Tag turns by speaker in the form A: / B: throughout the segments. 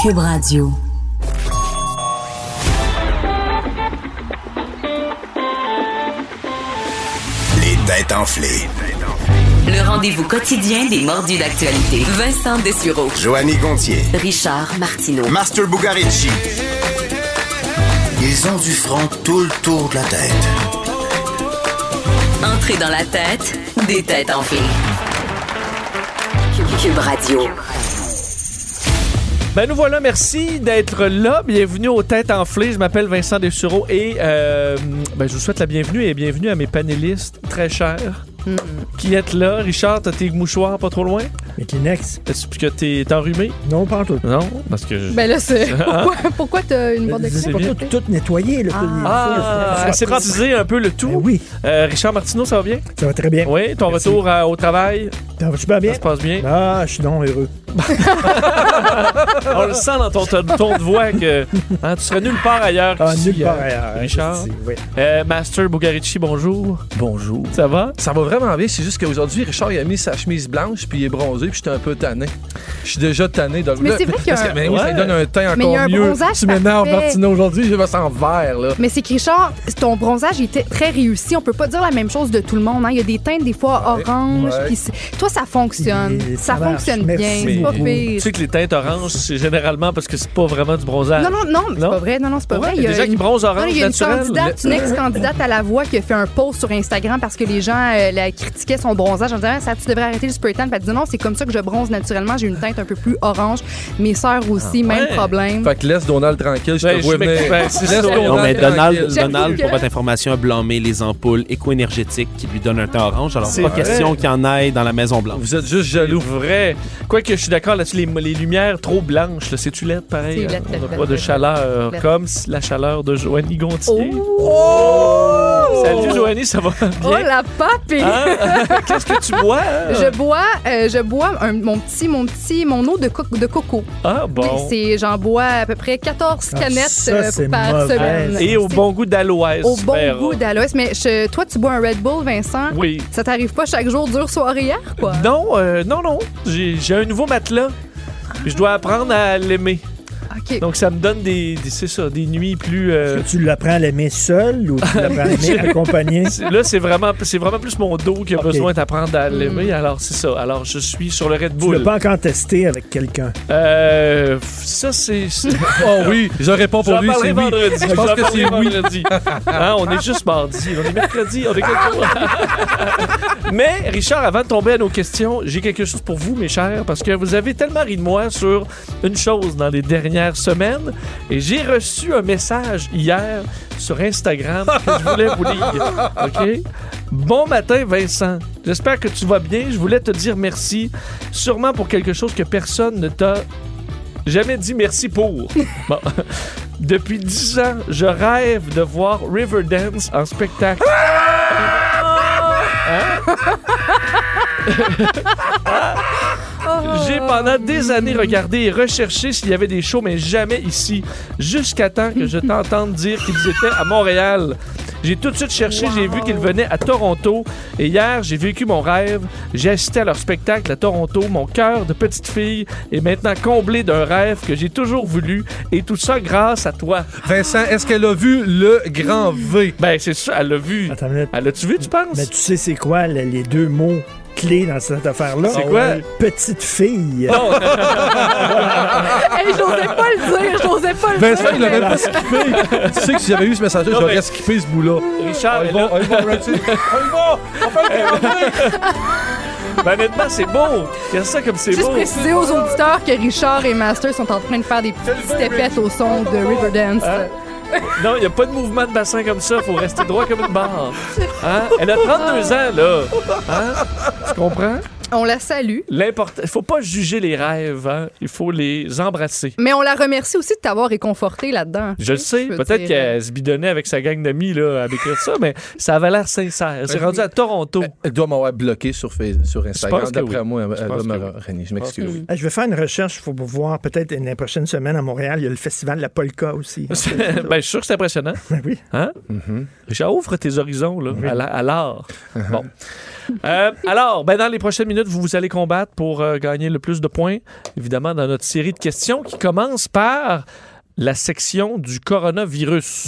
A: Cube Radio.
B: Les têtes enflées.
A: Le rendez-vous quotidien des mordus d'actualité. Vincent Dessureau.
B: Joanny Gontier.
A: Richard Martineau.
B: Master Bugarici. Ils ont du front tout le tour de la tête.
A: Entrée dans la tête des têtes enflées. Cube- Cube Radio.
C: Ben nous voilà, merci d'être là. Bienvenue aux Têtes Enflées. Je m'appelle Vincent Dessureau et euh, ben, je vous souhaite la bienvenue et bienvenue à mes panélistes très chers qui êtes là. Richard, t'as tes mouchoirs pas trop loin?
D: Mais Kleenex,
C: Est-ce que t'es t'es enrhumé?
D: non, pas en tout.
C: Non, parce que... je-
E: Ben là, c'est.
C: Ah.
E: Pourquoi, pourquoi t'as une bande de
C: Ben, C'est
D: C'est
E: crêpes?
D: pour
C: bien.
D: tout, tout nettoyer. Là, tout le-
C: ah,
D: ça- ça-
C: c'est baptisé un peu le tout.
D: Ben oui,
C: Euh, Richard Martineau, ça va bien?
D: ça va très bien.
C: Oui, ton
D: Merci.
C: retour à- au travail,
D: Ça va super bien.
C: ça se passe bien?
D: Ah, je suis donc heureux.
C: On le sent dans ton ton, ton de voix que hein, tu serais nulle part ailleurs
D: Ah,
C: qu'ici,
D: nulle part
C: euh,
D: ailleurs. hein,
C: Richard.
D: je te dis, oui.
C: Euh, Master Bugarici, bonjour. Bonjour. Ça va?
F: Ça va vraiment bien, c'est juste qu'aujourd'hui, Richard, il a mis sa chemise blanche, puis il est bronzé, puis j'étais un peu tanné. Je suis déjà tanné. Donc,
E: Mais
F: là-
E: c'est vrai qu'il y a
F: parce que-
E: un-
F: mais oui,
C: Ouais.
F: ça donne un teint
E: Mais il y a
F: encore
E: un
F: mieux.
E: bronzage
F: Tu m'énerves,
E: parfait.
F: Martino, aujourd'hui, je vais s'en vert, là.
E: Mais c'est que Richard, ton bronzage il était très réussi. On peut pas dire la même chose de tout le monde. hein. Il y a des teintes des fois orange.
F: Ouais.
E: puis c'est- Toi, ça fonctionne.
D: Et
E: ça
D: ça marche.
E: fonctionne
D: Merci
E: bien. C'est pas
C: beaucoup. Tu
E: pire.
C: sais que les teintes oranges, c'est généralement parce que c'est pas vraiment du bronzage.
E: Non, non, non, mais c'est
C: Non?
E: pas vrai. Non, non, c'est pas vrai.
C: Il y a des gens qui
E: une...
C: bronzent
E: non,
C: orange
E: il y a une
C: naturel.
E: candidate, une ex-candidate à la voix qui a fait un post sur Instagram parce que les gens euh, la critiquaient son bronzage en disant Ah, ça tu devrais arrêter le spray tan. Puis Elle dit non, c'est comme ça que je bronze naturellement, j'ai une teinte un peu plus orange. Mes sœurs aussi, même
C: Ah, ouais.
E: problème.
F: Fait que laisse Donald tranquille, je te
C: Ben, je
F: vois
C: m'ex-
F: venir.
C: ben, c'est
F: Laisse
C: ça.
F: Donald
G: Non, mais Donald,
F: tranquille.
E: J'avoue
G: Donald,
E: que-
G: pour votre information, a blâmé les ampoules éco-énergétiques qui lui donnent un teint orange. Alors,
C: C'est
G: pas
C: vrai.
G: question qu'il y en aille dans la Maison Blanche.
C: Vous êtes juste jaloux. Vrai. Quoique, je suis d'accord là-dessus, les, les lumières trop blanches, là, c'est tu laid, pareil. hein?
E: C'est laid,
C: On n'a
E: laid,
C: pas
E: laid,
C: de
E: laid,
C: chaleur,
E: laid.
C: comme si la chaleur de Joanie Gontier.
E: Oh!
C: Salut Joanie, ça va
E: Oh
C: bien?
E: la papille!
C: Hein? Qu'est-ce que tu bois? hein?
E: Je bois, euh, je bois un- mon petit, mon petit, mon eau de, co- de coco. Ben,
C: Ah bon.
E: C'est, j'en bois à peu près 14
D: Ah,
E: canettes
D: ça,
E: euh,
D: c'est
E: par
D: mauvais.
E: semaine.
C: Et au
E: C'est
C: bon goût d'aloès.
E: au bon
C: Véro.
E: goût d'Aloès. Mais je- toi, tu bois un Red Bull, Vincent.
C: Oui.
E: Ça t'arrive pas chaque jour, dure soirée hier, quoi?
C: Non, euh, non, non. J'ai j'ai un nouveau matelas. Puis Je dois apprendre à l'aimer.
E: Ok.
C: Donc ça me donne des, des- c'est ça, des nuits plus. euh,
D: Est-ce que tu l'apprends à l'aimer seul ou tu l'apprends à l'aimer accompagné?
C: C'est- Là, c'est vraiment, c'est vraiment plus mon dos qui a
D: Ok.
C: besoin d'apprendre à l'aimer. Alors, c'est ça. Alors, je suis sur le Red
D: Tu l'as
C: Bull.
D: pas encore testé avec quelqu'un.
C: Euh, f- ça, c'est. c'est-
F: Oh oui, je réponds
C: J'en
F: pour lui,
C: parlerai
F: c'est oui.
C: vendredi.
F: Je pense
C: J'en
F: que
C: parlerai
F: c'est oui.
C: vendredi. Hein, on est juste mardi. On est mercredi. On est quelques jours. Mais, Richard, avant de tomber à nos questions, j'ai quelque chose pour vous, mes chers, parce que vous avez tellement ri de moi sur une chose dans les dernières semaines. Et j'ai reçu un message hier sur Instagram que je voulais vous lire. OK? Bon matin, Vincent. J'espère que tu vas bien. Je voulais te dire merci, sûrement pour quelque chose que personne ne t'a jamais dit merci pour. Bon. Depuis 10 ans, je rêve de voir Riverdance en spectacle. Hein? J'ai pendant des années regardé et recherché s'il y avait des shows, mais jamais ici. Jusqu'à temps que je t'entende dire qu'ils étaient à Montréal. J'ai tout de suite cherché, j'ai vu qu'ils venaient à Toronto. Et hier, j'ai vécu mon rêve. J'ai assisté à leur spectacle à Toronto. Mon cœur de petite fille est maintenant comblé d'un rêve que j'ai toujours voulu. Et tout ça grâce à toi.
F: Vincent, est-ce qu'elle a vu le grand V?
C: Ben, c'est sûr, elle l'a vu.
D: Attends une minute.
C: Elle l'a-tu vu, tu penses?
D: Mais tu sais, c'est quoi le- les deux mots clés dans cette affaire-là? Ah,
C: C'est quoi?
D: Petite fille.
C: Non,
E: Hey, j'osais pas le dire, j'osais pas le dire.
F: Vincent, il l'a même
E: mais-
F: pas skippé. tu sais que si j'avais eu ce message-là,
C: Non, mais- Ah,
F: j'aurais skippé ce bout-là.
C: Richard,
F: On y
C: elle
F: va,
C: l'a-
F: on y va, Richie. On y va! On fait le grand V!
C: ben, honnêtement, c'est beau. Regarde ça comme c'est
E: Juste
C: beau.
E: préciser aux auditeurs que Richard et Master sont en train de faire des petites épettes au son de Riverdance.
C: Hein? Non, il n'y a pas de mouvement de bassin comme ça. faut rester droit comme une barre. Hein? Elle a 32 ans, là. Hein? Tu comprends?
E: On la salue.
C: L'important, faut pas juger les rêves, hein. il faut les embrasser.
E: Mais on la remercie aussi de t'avoir réconforté là-dedans.
C: Je le sais,
E: veux
C: peut-être
E: dire- euh,
C: qu'elle se bidonnait avec sa gang d'amis là, à décrire ça, mais ça avait l'air sincère. C'est
F: Ben,
C: rendu à Toronto.
F: Elle- Elle doit m'avoir bloqué sur, Face- sur Instagram.
C: que
F: D'après
C: oui.
F: moi,
C: Je
F: elle
C: Oh. pense
F: doit me
C: que oui.
F: renier.
C: pense
F: Je
C: que
F: m'excuse.
C: oui.
D: Ah, Je vais faire une recherche pour voir peut-être une prochaine semaine à Montréal, il y a le festival de la Polka aussi.
C: ben, je suis sûr que c'est impressionnant.
D: Ben oui.
C: Hein? Richard, ouvre tes horizons là, à la- à l'art. Bon. Euh, alors, ben, dans les prochaines minutes, minutes, vous vous allez combattre pour euh, gagner le plus de points, évidemment, dans notre série de questions qui commence par la section du coronavirus.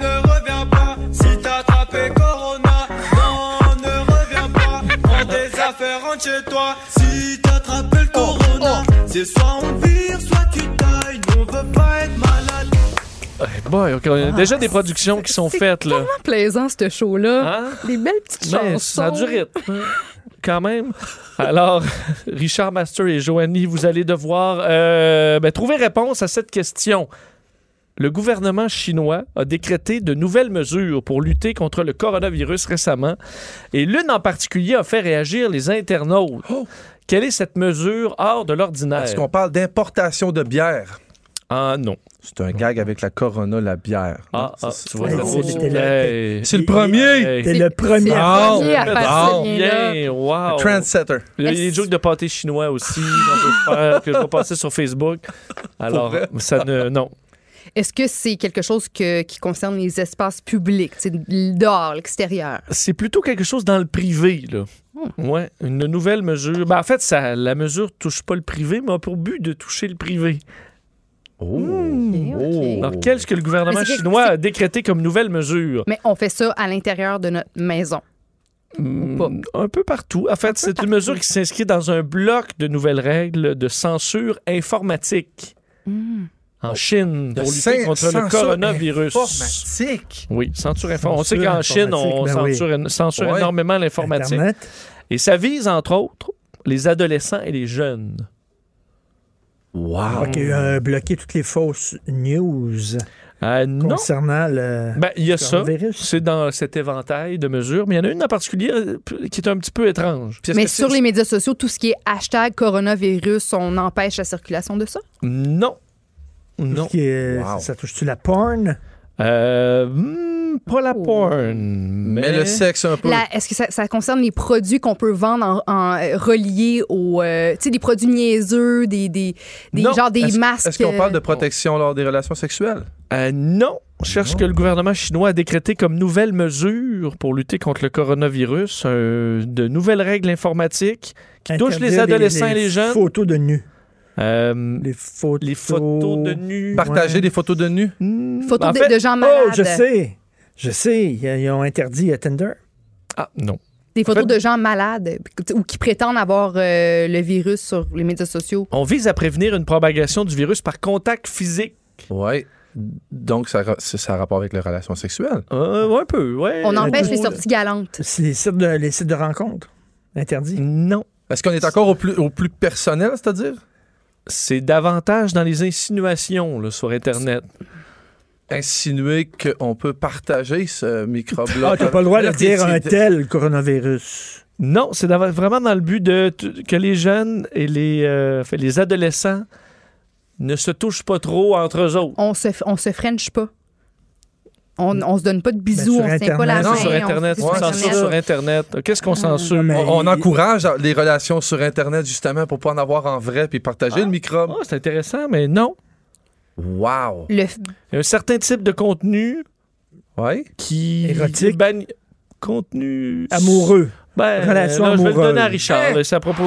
H: Ne reviens pas si t'as attrapé Corona. Non, ne reviens pas. Prends tes affaires, rentre chez toi. Si t'attrapes le Corona, c'est soit on vire, soit tu tailles. On veut pas être malade.
C: Eh boy, ok, on a déjà des productions qui sont
E: Ah, c'est
C: faites, là.
E: plaisant, ce show-là.
C: Hein?
E: Des belles petites
C: Mais
E: chansons.
C: ça a du rythme. hein. Quand même. Alors, Richard Master et Joanie, vous allez devoir euh, ben, trouver réponse à cette question. Le gouvernement chinois a décrété de nouvelles mesures pour lutter contre le coronavirus récemment, et l'une en particulier a fait réagir les internautes. Quelle est cette mesure hors de l'ordinaire?
F: Oh! Est-ce qu'on parle d'importation de bière?
C: Ah non.
F: C'est un gag avec la Corona, la bière.
C: Ah, ah, tu vois,
D: Ouais,
C: Véro,
D: c'est-
C: tu- hey.
F: C'est le premier!
C: Hey.
D: T'es le
E: C'est
D: premier.
E: le
F: Ah,
E: premier à faire
F: bon.
E: ce lien-là.
C: Bien, wow.
F: Oh. Trendsetter.
C: Il y a des
E: Est-ce-
C: jokes de pâté chinois aussi qu'on peut faire, que je vais passer sur Facebook. Alors, ça ne. Non.
E: Est-ce que c'est quelque chose que- qui concerne les espaces publics, c'est dehors, l'extérieur?
C: C'est plutôt quelque chose dans le privé, là.
E: Hmm.
C: Ouais, une nouvelle mesure. Ben, en fait, ça, la mesure touche pas le privé, mais a pour but de toucher le privé.
E: Ok,
C: Oh.
E: ok.
C: Alors, qu'est-ce que le gouvernement
E: Mais c'est-
C: chinois a décrété comme nouvelle mesure?
E: Mais on fait ça à l'intérieur de notre maison.
C: Mm, Un peu partout. En fait, c'est une mesure qui s'inscrit dans un bloc de nouvelles règles de censure informatique Hmm. en Chine pour lutter
F: Censure
C: contre le coronavirus.
F: Informatique.
C: Oui, censure informatique. On sait
D: Censure
C: qu'en Chine, on
D: informatique, ben
C: censure, éno- censure
F: Ouais.
C: énormément l'informatique.
D: Internet.
C: Et ça vise, entre autres, les adolescents et les jeunes.
F: Wow.
D: Ok, euh, bloquer toutes les fausses news
C: Euh, non.
D: concernant le.
C: Ben, il y a ça.
D: Coronavirus.
C: C'est dans cet éventail de mesures. Mais il y en a une en particulier euh, p- qui est un petit peu étrange.
F: Puis est-ce
E: Mais
F: que c'est-
E: sur les médias sociaux, tout ce qui est hashtag coronavirus, on empêche la circulation de ça?
C: Non.
D: Tout ce
C: Non.
D: qui est-
F: Wow.
D: Ça touche-tu la porn?
C: Euh, hmm, pas la
E: Oh.
C: porn. Mais,
F: Mais le sexe un peu.
E: La- Est-ce que ça, ça concerne les produits qu'on peut vendre en, en, euh, reliés aux. euh, tu sais, des produits niaiseux, des, des, des-
C: Non.
E: genre des
F: Est-ce-
E: masques.
F: Est-ce qu'on parle de
E: euh,
F: protection lors des relations sexuelles?
C: Euh, non. On cherche ce que le gouvernement chinois a décrété comme nouvelle mesure pour lutter contre le coronavirus, euh, de nouvelles règles informatiques qui touchent les
D: Interdire
C: adolescents et les jeunes.
D: Photos de nu.
C: Euh,
D: Les photos.
C: les photos de nu.
F: Partager
D: Ouais.
F: des photos de nu?
E: euh, Photos
C: En
E: de,
C: fait-
E: de gens malades.
D: Oh, je sais. Je sais. Ils, ils ont interdit à Tinder.
C: Ah, non.
E: Des photos
C: En
E: de gens malades ou qui prétendent avoir euh, le virus sur les médias sociaux.
C: On vise à prévenir une propagation du virus par contact physique.
F: Oui. Donc, ça, ra- ça ça a rapport avec les relations sexuelles.
C: Euh, un peu, ouais.
E: On empêche les
D: drôle.
E: sorties galantes.
D: C'est les sites de, les sites de rencontres. Interdit.
C: Non.
F: Est-ce qu'on est encore au plus, au plus personnel, c'est-à-dire?
C: C'est davantage dans les insinuations là, sur Internet.
F: Insinuer qu'on peut partager ce microblog.
D: Ah, t'as pas le droit de dire un tel coronavirus.
C: Non, c'est d'avoir- vraiment dans le but de t- que les jeunes et les, euh, fait, les adolescents ne se touchent pas trop entre eux autres.
E: On se, on se french pas. On, on se donne pas de bisous,
D: Ben, sur
E: on se tient pas la
D: Internet.
E: main.
C: Non, sur
E: on-
C: Internet,
E: c'est
C: on
F: ouais,
E: sur
C: censure
E: Internet. Ah.
C: sur Internet. Euh, Qu'est-ce qu'on censure?
D: mais-
C: Oh,
F: On, on encourage les relations sur Internet, justement, pour pas en avoir en vrai puis partager
E: Ah.
F: le microbe.
C: oh, c'est intéressant, mais non.
F: Wow!
E: Le,
C: Il y a un certain type de contenu
F: Oui?
C: qui
D: Érotique.
C: qui est banni- Contenu
D: Amoureux.
C: Ben,
D: Relation
C: là, je vais le
D: amoureuse.
C: donner à Richard. là, C'est à propos.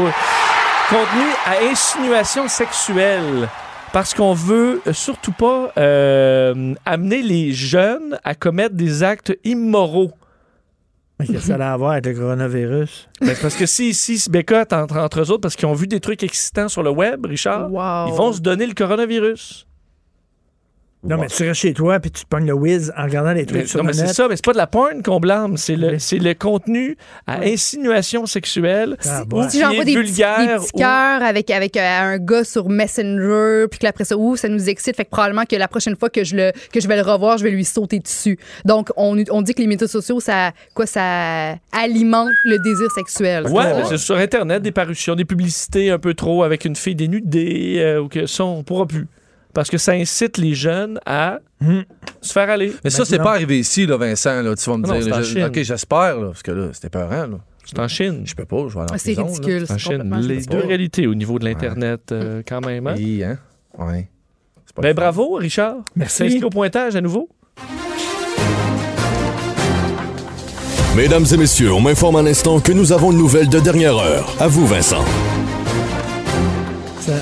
C: Contenu à insinuation sexuelle. Parce qu'on veut surtout pas euh, amener les jeunes à commettre des actes immoraux.
D: Mais Qu'est-ce que ça a à voir avec le coronavirus?
C: Ben, c'est parce que si ici se bécotent entre, entre eux autres parce qu'ils ont vu des trucs excitants sur le web, Richard,
E: wow.
C: ils vont se donner le coronavirus.
D: Non, mais tu restes chez toi puis tu te pognes le whiz en regardant les trucs
C: Mais-
D: sur
C: non, mais
D: le
C: c'est
D: net.
C: ça, mais c'est pas de la porn qu'on blâme, c'est le,
D: Oui.
C: c'est le contenu à insinuation sexuelle
D: Ah,
C: ou
D: bon.
E: Si
C: qui
E: j'envoie
C: est
E: des petits, des
C: vulgaire
E: petits
C: ou-
E: cœurs avec, avec euh, un gars sur Messenger, puis que après ça, ouh, ça nous excite, fait que probablement que la prochaine fois que je, le, que je vais le revoir, je vais lui sauter dessus. Donc, on, on dit que les médias sociaux, ça, quoi, ça alimente le désir sexuel.
C: Ouais, mais c'est sur Internet, des parutions, des publicités un peu trop avec une fille dénudée euh, ou que ça, on pourra plus. Parce que ça incite les jeunes à
D: Hmm.
C: se faire aller.
F: Mais ça, c'est
D: Maintenant-
F: pas arrivé ici, là, Vincent. Là, tu vas me
C: Non,
F: dire.
C: c'est
F: là,
C: en
F: je-
C: Chine.
F: OK, j'espère, là, parce que là, c'était peurant. Là.
C: C'est en Chine.
F: Je peux pas, je vais aller en
E: Ah, C'est
F: prison, là.
E: ridicule.
C: En
E: c'est
C: Chine.
E: complètement
C: Les
E: ridicule.
C: deux réalités au niveau de l'Internet, euh, quand même. hein.
F: Oui, hein? Ouais. C'est pas
C: Ben,
F: le fun.
C: bravo, Richard.
D: Merci.
C: T'es inscrit au pointage à nouveau.
I: Mesdames et messieurs, on m'informe à l'instant que nous avons une nouvelle de dernière heure. À vous, Vincent.
D: Ça,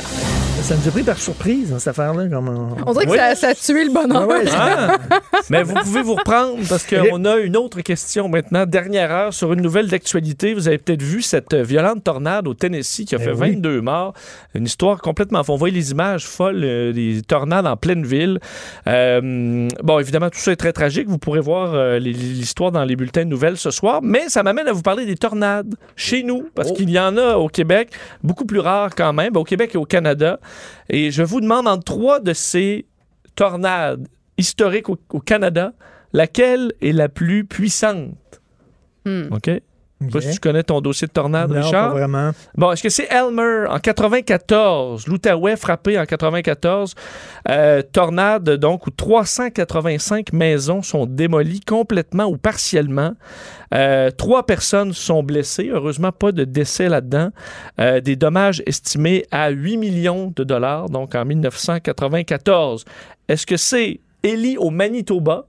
D: ça nous a pris par surprise, hein, cette affaire-là. Comme on-
E: On dirait que
C: Oui.
E: ça, ça a tué le bonheur.
D: Ah ouais, ça-
C: Hein? Mais vous pouvez vous reprendre parce qu'on a une autre question maintenant, dernière heure, sur une nouvelle d'actualité. Vous avez peut-être vu cette euh, violente tornade au Tennessee qui a fait
D: oui.
C: 22 morts. Une histoire complètement. On voit les images folles euh, des tornades en pleine ville. Euh, bon, évidemment, tout ça est très tragique. Vous pourrez voir euh, les- l'histoire dans les bulletins de nouvelles ce soir. Mais ça m'amène à vous parler des tornades chez nous parce qu'il y en a au Québec, beaucoup plus rares quand même, au Québec et au Canada. Et je vous demande en trois de ces tornade historique au, au Canada, laquelle est la plus puissante?
E: Hmm.
C: OK? Je sais pas
D: Ok.
C: si tu connais ton dossier de tornade,
D: Non, pas
C: Richard.
D: vraiment.
C: Bon, est-ce que c'est Elmer en 94, l'Outaouais frappé en 94, euh, tornade donc où 385 maisons sont démolies complètement ou partiellement. Euh, trois personnes sont blessées, heureusement pas de décès là-dedans. Euh, des dommages estimés à 8 millions de dollars, donc en 1994. Est-ce que c'est Elie au Manitoba?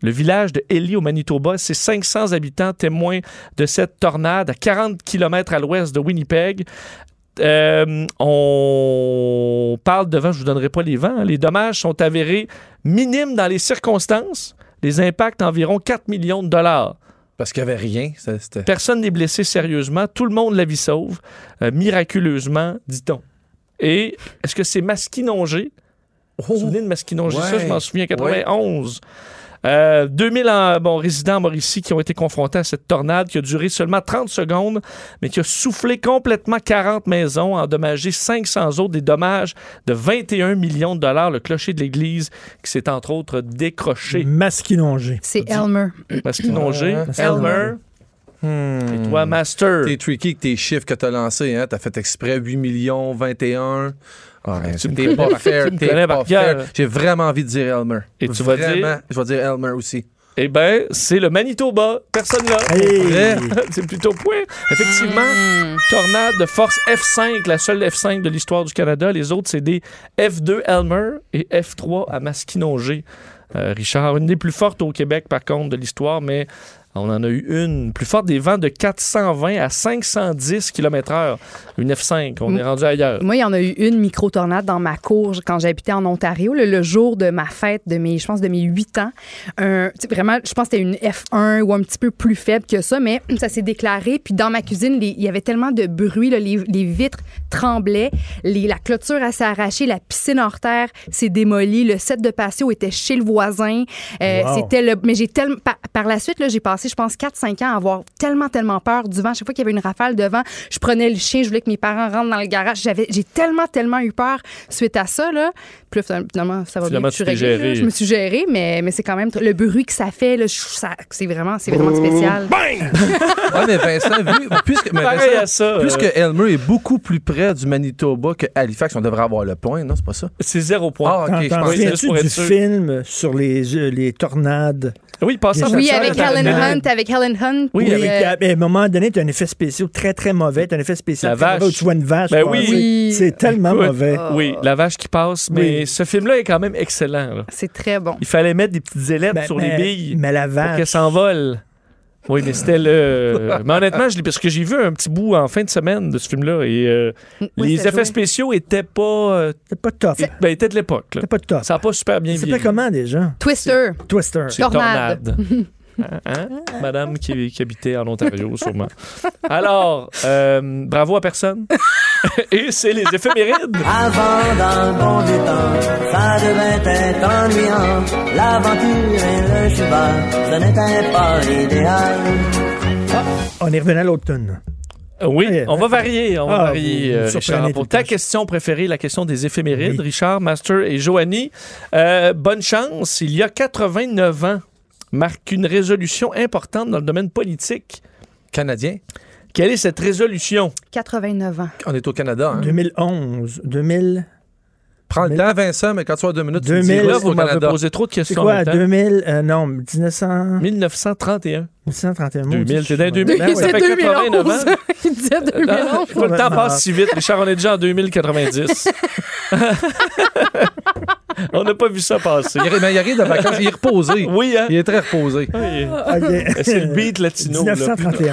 C: Le village de Elie au Manitoba, c'est 500 habitants témoins de cette tornade à 40 km à l'ouest de Winnipeg. Euh, on parle de vent, je vous donnerai pas les vents. hein. Les dommages sont avérés minimes dans les circonstances. Les impacts environ 4 millions de dollars.
F: Parce qu'il n'y avait rien. ça, C'était.
C: Personne n'est blessé sérieusement. Tout le monde la vie sauve, euh, miraculeusement, dit-on. Et est-ce que c'est Masquinongé? Vous
F: Oh!
C: vous souvenez de Masquinongé? Ça,
F: Ouais.
C: je m'en souviens, 91. Euh, 2000 en- bon, résidents en Mauricie qui ont été confrontés à cette tornade qui a duré seulement 30 secondes, mais qui a soufflé complètement 40 maisons, endommagé 500 autres, des dommages de 21 millions de dollars. Le clocher de l'église qui s'est entre autres décroché.
D: Masquinongé.
E: C'est Elmer.
C: Masquinongé,
F: Mm. Ouais. Hmm.
C: Elmer, et toi, Master.
F: T'es tricky que tes chiffres que t'as lancés, hein. T'as fait exprès 8 millions, 21. Ah, Ouais,
C: Tu me
F: t'es
C: connais-
F: pas fair,
C: tu me
F: t'es
C: connais
F: pas
C: par cœur.
F: fair. J'ai vraiment envie de dire Elmer.
C: Et tu vas
F: vraiment,
C: dire-
F: Je vais dire Elmer aussi.
C: Eh bien, c'est le Manitoba. Personne là.
D: Hey!
C: c'est plutôt point. Effectivement,
E: Hmm.
C: tornade de force F5, la seule F5 de l'histoire du Canada. Les autres, c'est des F2 Elmer et F3 à Masquinongé. Euh, Richard, une des plus fortes au Québec, par contre, de l'histoire, mais on en a eu une. Plus forte des vents de 420 à 510 km/h. Une F5. On est rendu ailleurs.
E: Euh, Moi, il y en a eu une micro-tornade dans ma cour quand j'habitais en Ontario, le, le jour de ma fête, de mes, je pense, de mes 8 ans. Un- tu sais, vraiment, je pense que c'était une F1 ou un petit peu plus faible que ça, mais ça s'est déclaré. Puis dans ma cuisine, les- il y avait tellement de bruit, là, les, les vitres tremblaient, les- la clôture elle s'est arrachée, la piscine hors terre s'est démolie, le set de patio était chez le voisin. Euh,
D: Wow.
E: C'était le- Mais j'ai tellement. Par, par la suite, là, j'ai passé, je pense, 4-5 ans à avoir tellement, tellement peur du vent. Chaque fois qu'il y avait une rafale de vent, je prenais le chien, je voulais que mes parents rentrent dans le garage. J'avais, j'ai tellement, tellement eu peur suite à ça, là. Puis là, finalement, ça va
C: Finalement,
E: bien. je
C: tu
E: suis
C: t'es
E: réglée, là.
C: gérée.
E: Je me suis gérée, mais, mais c'est quand même. tr- Le bruit que ça fait, là, je- ça- c'est, vraiment, c'est vraiment spécial.
F: Ouais, mais Vincent, vu- puisque, mais
C: Pareil
F: Vincent,
C: à ça.
F: puisque
C: euh,
F: Elmer est beaucoup plus près du Manitoba que Halifax, on devrait avoir le point, non? C'est pas ça?
C: c'est zéro point.
F: Ah,
D: T'en-
F: ok, je
D: t'en
F: pense
C: pensais juste
D: souviens-tu
C: pour être
D: du
C: sûr.
D: film sur les, euh, les tornades?
C: Oui, passe
D: Des
E: Oui,
D: Ça, ça,
E: avec
D: ça,
E: Helen
D: ça,
E: Hunt, avec Helen Hunt.
C: Oui,
E: puis,
C: avec-
E: euh,
D: à, à un moment donné, tu as un effet spécial très, très mauvais. Tu as un effet spécial
C: La
D: très
C: vache.
D: mauvais où tu vois une vache.
C: Ben
D: passer.
E: oui.
D: C'est tellement
C: Écoute, euh,
D: mauvais.
C: Oui,
E: Oh.
C: la vache qui passe. Mais ce film-là est quand même excellent. là.
E: c'est très bon.
C: Il fallait mettre des petites ailettes
D: Ben,
C: sur
D: mais-
C: les billes
D: Mais la
C: pour qu'elles
D: vache.
C: s'envolent. Oui, mais c'était le. mais honnêtement, je l'ai- parce que j'ai vu un petit bout en fin de semaine de ce film-là et euh,
E: Oui,
C: les
E: c'est
C: effets
E: joué.
C: spéciaux étaient pas. euh,
D: C'est pas top. C'est
C: ben, étaient de l'époque. là.
D: pas top.
C: Ça n'a pas super bien
D: C'était
C: vieilli.
D: comment déjà?
E: Twister.
D: Twister.
C: C'est
E: Tornade.
C: tornade. Hein, hein? Madame qui, qui habitait en Ontario, sûrement. Alors, euh, bravo à personne. et c'est les éphémérides.
H: Avant dans le bon vieux temps, ça devait être ennuyant. L'aventure et le cheval, ce n'était pas l'idéal.
D: On est revenu à l'automne.
C: Euh, Oui,
D: Ouais.
C: on va varier. On va
D: Ah,
C: varier,
D: vous- vous
C: euh,
D: me
C: Richard.
D: surprenez tout
C: Pour
D: le
C: ta
D: temps.
C: question préférée, la question des éphémérides,
D: Oui.
C: Richard, Master et Joanie, euh, bonne chance. Il y a 89 ans, marque une résolution importante dans le domaine politique.
F: Canadien.
C: Quelle est cette résolution?
E: 89 ans.
F: On est au Canada, hein.
D: 2011, 2000.
F: Prends le temps, Vincent, mais quand tu as deux minutes, tu me
D: 2000.
F: dis,
D: Oui,
C: Là,
F: reste
C: vous
F: au
C: m'avez
F: Canada.
C: posé trop de
D: C'est
C: questions en
D: quoi?
C: même temps.
D: 2000. euh, non, 1900.
C: 1931.
D: 1931.
C: 2000, t'es dans 2000.
D: Ben oui.
C: Ça
E: c'est
C: fait
E: 2011.
C: 89 ans.
E: Il disait 2011.
C: Pourquoi le temps passe si vite. Richard, on est déjà en 2090. On n'a pas vu ça passer.
F: Il, mais il arrive de vacances, il est reposé.
C: Oui, hein?
F: Il est très reposé.
C: Oui.
D: OK.
C: C'est le beat latino. là.
D: 1931.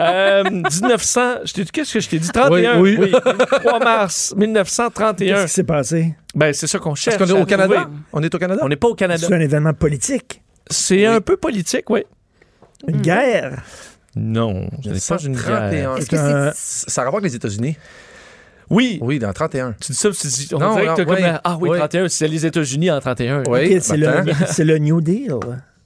C: Euh, 1900, je t'ai dit, qu'est-ce que je t'ai dit? 31,
F: Oui, oui.
C: 3 mars
D: Qu'est-ce
C: 1931.
D: qui s'est passé?
C: Ben, c'est ça qu'on cherche.
F: Est-ce qu'on est
C: à
F: au Canada?
C: trouver.
F: On est au Canada?
C: On n'est pas au Canada.
D: C'est un événement politique.
C: C'est un peu politique, oui.
D: Une guerre.
C: Non, ce n'est pas une guerre.
F: 31.
E: Est-ce que
D: un-
E: c'est
F: Ça a rapport avec les États-Unis?
C: Oui,
F: Oui, dans 31.
C: tu dis ça, tu dis, on
F: Non,
C: dirait que t'as
F: non,
C: comme...
F: oui.
C: un- Ah oui,
F: Oui.
C: 31, c'est les États-Unis en 31.
F: Oui,
D: Ok, c'est
F: attends.
D: le, c'est le New Deal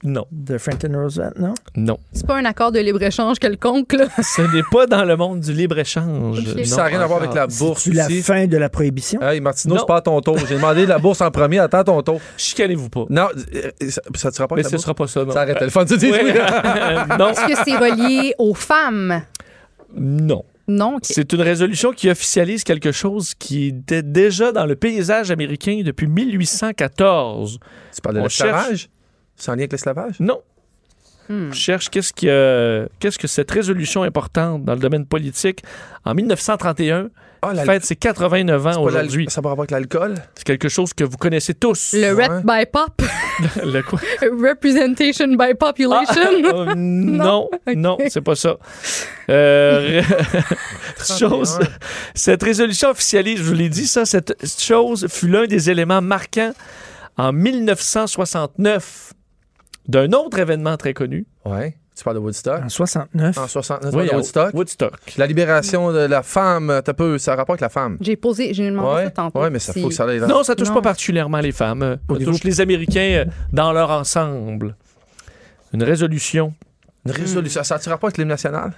C: Non,
D: de Franklin Roosevelt, non?
C: non.
E: c'est pas un accord de libre-échange quelconque, là.
C: Ce n'est pas dans le monde du libre-échange.
E: Ok.
C: Non,
F: Ça n'a rien à voir avec la
C: encore.
F: bourse
D: Tu la
F: aussi.
D: fin de la prohibition?
F: Hey Martino,
C: Non.
F: c'est pas à ton tour. J'ai demandé la bourse en premier, attends ton tour.
C: Chicanez-vous pas.
F: Non, euh, ça, ça te sera pas
C: Mais
F: avec la
C: ce ne
F: bourse?
C: sera Euh, pas ça, non.
F: Ça arrête le fun, tu dis
C: Oui.
F: oui.
C: non,
E: Est-ce que c'est relié aux femmes?
C: non.
E: Non. ok.
C: C'est une résolution qui officialise quelque chose qui était déjà dans le paysage américain depuis 1814.
F: Tu parles de
C: On
F: l'esclavage? C'est en lien avec l'esclavage?
C: Non.
E: Hmm.
C: Je cherche qu'est-ce qui, euh, qu'est-ce que cette résolution importante dans le domaine politique en 1931
F: Ah, l'al-
C: fête ses 89 ans
F: pas l'al-
C: aujourd'hui.
F: Ça a rapport avec l'alcool?
C: C'est quelque chose que vous connaissez tous.
E: Le
F: Ouais.
E: Red by Pop,
C: Le quoi?
E: Representation by Population.
F: Ah.
C: Euh, non,
E: Ok.
C: non, c'est pas ça. Euh, chose, cette résolution officialise, je vous l'ai dit, ça, cette chose fut l'un des éléments marquants en 1969 d'un autre événement très connu.
F: Ouais. Mm. Tu parles de Woodstock?
D: En 69.
F: En 69,
C: Oui,
F: de
C: à
F: Woodstock.
C: Woodstock.
F: La libération de la femme, t'as peu, ça a rapport avec la femme.
E: J'ai posé, j'ai demandé
F: Ouais,
E: ça tantôt.
F: ouais, mais ça
E: Si-
F: faut que ça aille dans-
C: Non, ça touche
E: Non.
C: pas particulièrement les femmes. euh, Ça
F: niveau-
C: touche les Américains euh, dans leur ensemble. Une résolution.
F: Une résolution. Ça a-tu rapport avec l'hymne national?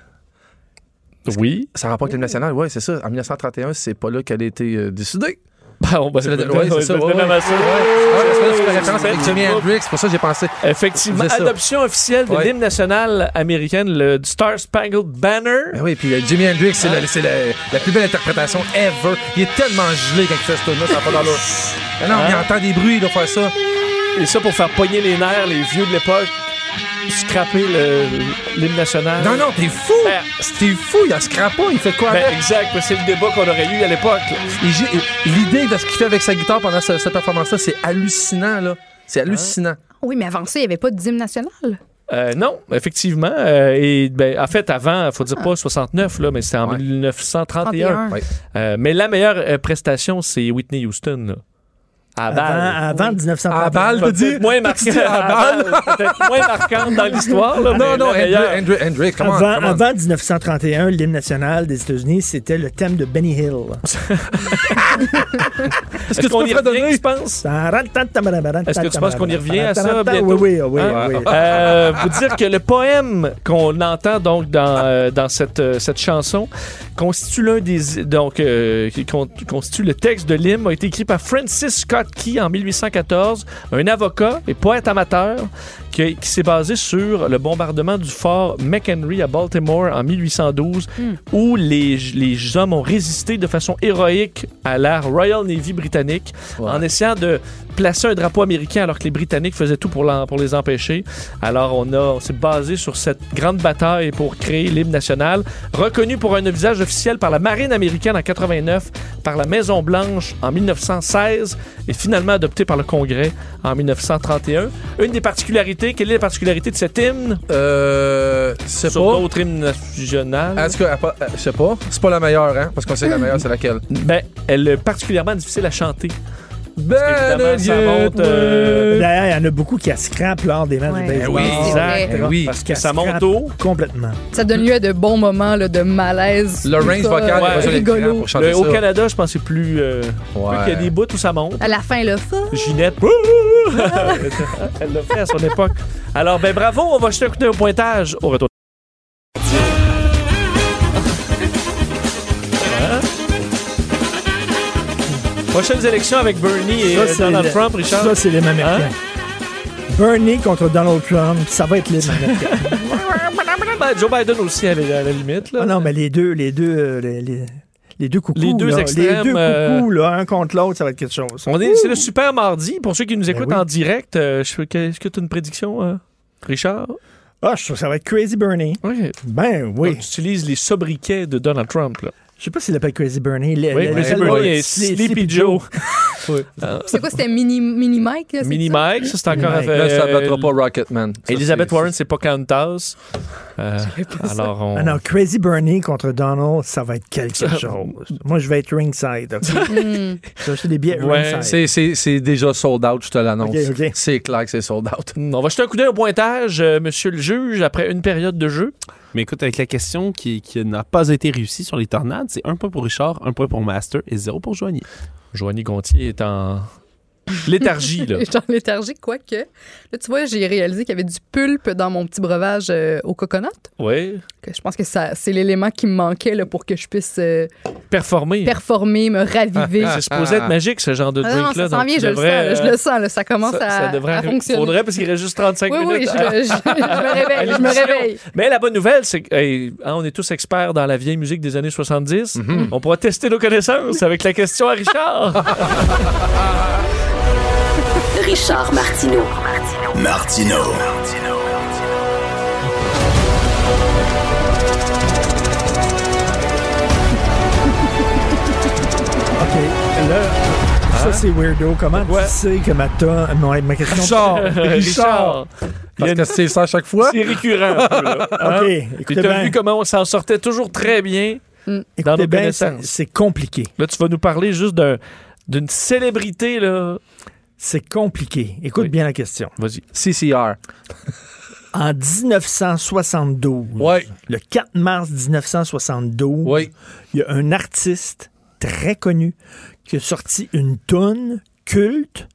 C: Oui.
F: Ça a rapport avec l'hymne national, oui, c'est ça. En 1931, c'est pas là qu'elle a été euh, décidée.
C: Bah, on va
F: C'est le- ouais,
C: on va-
F: c'est ça.
C: on va-
F: ouais,
C: on va-
F: ouais. Ouais, parce que là, tu fais référence
C: Ouais,
F: avec
C: c'est
F: Jimi
C: pas-
F: Hendrix, c'est pour ça que j'ai pensé.
C: Effectivement,
F: C'est ça.
C: adoption officielle de
F: Ouais.
C: l'hymne national américaine, le Star Spangled Banner.
F: Ben oui, puis euh, Jimi Hendrix, c'est la- c'est la, la plus belle interprétation ever. Il est tellement gelé quand il fait ce tune-là, ça n'a pas dans l'autre. Non, mais il entend des bruits, il doit faire ça.
C: Et ça pour faire pogner les nerfs, les vieux de l'époque, scraper le- l'hymne national.
F: Non, non, t'es fou!
C: Ben,
F: T'es fou, il a ce crapon, il fait quoi
C: Ben,
F: avec?
C: exact, parce que c'est le débat qu'on aurait eu à l'époque. là.
F: Il gê- L'idée de ce qu'il fait avec sa guitare pendant ce- cette performance-là, c'est hallucinant, là. C'est hallucinant.
C: Ah.
E: Oui, mais avant ça, il n'y avait pas de dîme national.
C: Euh, non, effectivement. euh, et ben, en fait, avant, faut dire pas 69, là, mais c'était en
F: Ouais.
C: 1931.
E: 31.
F: Ouais.
C: Euh, mais la meilleure euh, prestation, c'est Whitney Houston. Là. À balle.
D: Avant, avant 1931.
F: À balle, t'as dit?
C: Peut-être moins marquante,
F: à
C: peut-être moins marquante dans l'histoire. là, mais
F: Non, non,
C: la meilleure.
F: Hendrix, Hendrix, Hendrix, comment?
D: Avant, avant 1931, l'hymne national des États-Unis, c'était le thème de Benny Hill.
C: Est-ce que tu
F: peux
C: y
F: fredonner?
C: revient, tu penses?
D: Est-ce
C: Est-ce que tu penses qu'on y revient à ça
D: Oui,
C: bientôt?
D: oui, oui.
C: Hein?
D: oui.
C: Euh, vous dire que le poème qu'on entend donc dans, euh, dans cette, euh, cette chanson constitue l'un des donc euh, qui con- constitue le texte de l'hymne a été écrit par Francis Scott Key en 1814, un avocat et poète amateur qui, qui s'est basé sur le bombardement du fort McHenry à Baltimore en 1812 où les, les hommes ont résisté de façon héroïque à la Royal Navy britannique
F: Ouais.
C: en essayant de placer un drapeau américain alors que les Britanniques faisaient tout pour, l'en- pour les empêcher. Alors on, a, on s'est basé sur cette grande bataille pour créer l'hymne national, reconnu pour un visage officiel par la marine américaine en 89, par la Maison Blanche en 1916 et finalement adopté par le Congrès en 1931. Une des particularités, quelle est la particularité de cet hymne
F: Euh, c'est
C: sur
F: pas.
C: d'autres hymnes nationaux?
F: Est-ce que, euh, pas- euh, je sais pas, c'est pas la meilleure, hein? Parce qu'on sait que la meilleure, c'est laquelle?
C: Ben, elle est particulièrement difficile à chanter.
F: Ben,
C: Évidemment, ça monte. euh,
D: D'ailleurs, il y en a beaucoup qui a scrap lors des matchs de
E: Ouais.
D: baseball.
F: Ben oui,
C: exact.
D: etc.
F: Ben oui.
C: Parce que
D: Qu'elle
C: ça monte
D: scrape
C: haut.
D: Complètement.
E: Ça donne lieu à de bons moments là, de malaise.
F: Le
E: tout
F: range
E: ça,
F: vocal,
E: euh,
F: il est pas sur l'écran
E: rigolo.
F: pour chanter
C: Le- au
F: ça.
C: Canada, je pense que c'est plus. euh,
F: Ouais.
C: plus qu'il y a des bouts où ça monte.
E: À la fin, là, ça.
C: Ginette. Elle l'a fait à son époque. Alors, ben bravo, on va jeter un coup d'œil au pointage au retour. Hein? Prochaines élections avec Bernie et euh, Donald
D: le-
C: Trump, Richard.
D: Ça, c'est les mêmes américains. Bernie contre Donald Trump, ça va être les mêmes américains.
C: Ben, Joe Biden aussi, à la, à la limite. Là.
D: Ah non, mais les deux, les deux, euh, les, les- les deux coucous.
C: Les deux
D: là,
C: extrêmes,
D: Les deux
C: euh,
D: coucous, là, un contre l'autre, ça va être quelque chose.
C: On est- c'est le super mardi. Pour ceux qui nous écoutent
D: Ben oui.
C: en direct, euh, je sais que- est-ce que tu as une prédiction, euh, Richard?
D: Ah, je trouve que ça va être Crazy Bernie.
C: Oui.
D: Ben oui.
C: Tu utilises les sobriquets de Donald Trump. Là.
D: Je sais pas s'il l'appelle Crazy Bernie. Le-
C: Oui,
D: le-
C: Crazy
D: le-
C: Bernie
D: le-
C: et
D: Sli-
C: Sleepy Joe.
E: C'est quoi, c'était mini, mini Mike? là, c'est
C: Mini
E: ça?
C: Mike, ça c'est encore avec-
D: Mike.
C: euh,
F: Là, ça battra pas Rocketman. Ça,
C: Elizabeth
F: c'est-
C: Warren, c'est pas Countess. Euh, alors, on...
D: Ah non, Crazy Bernie contre Donald, ça va être quelque chose. Moi, je vais être ringside. ok?
E: Hmm.
D: Je vais acheter des billets
C: Ouais,
D: ringside.
F: C'est, c'est, c'est déjà sold out, je te l'annonce.
D: Ok, ok.
F: C'est clair que c'est sold out.
C: On va jeter un coup d'œil au pointage, euh, monsieur le juge, après une période de jeu.
G: Mais écoute, avec la question qui, qui n'a pas été réussie sur les tornades, c'est un point pour Richard, un point pour Master et zéro pour Joanie.
C: Joanie Gontier est en léthargie, là.
E: Je suis en léthargie, quoique. Là, tu vois, j'ai réalisé qu'il y avait du pulpe dans mon petit breuvage euh, au coconut.
C: Oui.
E: Que je pense que ça, c'est l'élément qui me manquait là, pour que je puisse euh,
C: Performer.
E: performer, me raviver.
C: Ah, C'est supposé être magique, ce genre de
E: Ah non, non,
C: drink-là.
E: ça s'en
C: donc
E: vient,
C: tu
E: je le sens.
C: devrais, euh,
E: là, je le sens, là, ça commence
C: ça,
E: à,
C: ça devrait
E: à
C: arri-
E: fonctionner.
C: Faudrait, parce qu'il reste juste 35
E: oui,
C: minutes. hein.
E: oui, je, je- je me réveille, je me réveille.
C: Mais la bonne nouvelle, c'est que hey, hein, on est tous experts dans la vieille musique des années 70. On pourra tester nos connaissances avec la question à Richard.
A: Richard Martineau.
B: Martino.
D: OK, là, ça, c'est weirdo. Comment
C: Ouais.
D: tu sais que ma, ta- ma, ma question...
F: Richard!
C: Richard. Il y
F: Parce
C: a une-
F: que c'est ça à chaque fois.
C: C'est récurrent. un peu, là. Hein?
D: OK,
C: Puis
D: écoutez
C: t'as
D: bien.
C: vu comment on s'en sortait toujours très bien. dans nos
D: écoutez bien, c'est
C: connaissances.
D: c'est compliqué.
C: Là, tu vas nous parler juste d'un- d'une célébrité, là.
D: C'est compliqué. Écoute
C: Oui.
D: bien la question.
C: Vas-y.
F: CCR.
D: En 1972,
F: Oui.
D: le 4 mars 1972,
F: Oui.
D: il y a un artiste très connu qui a sorti une toune culte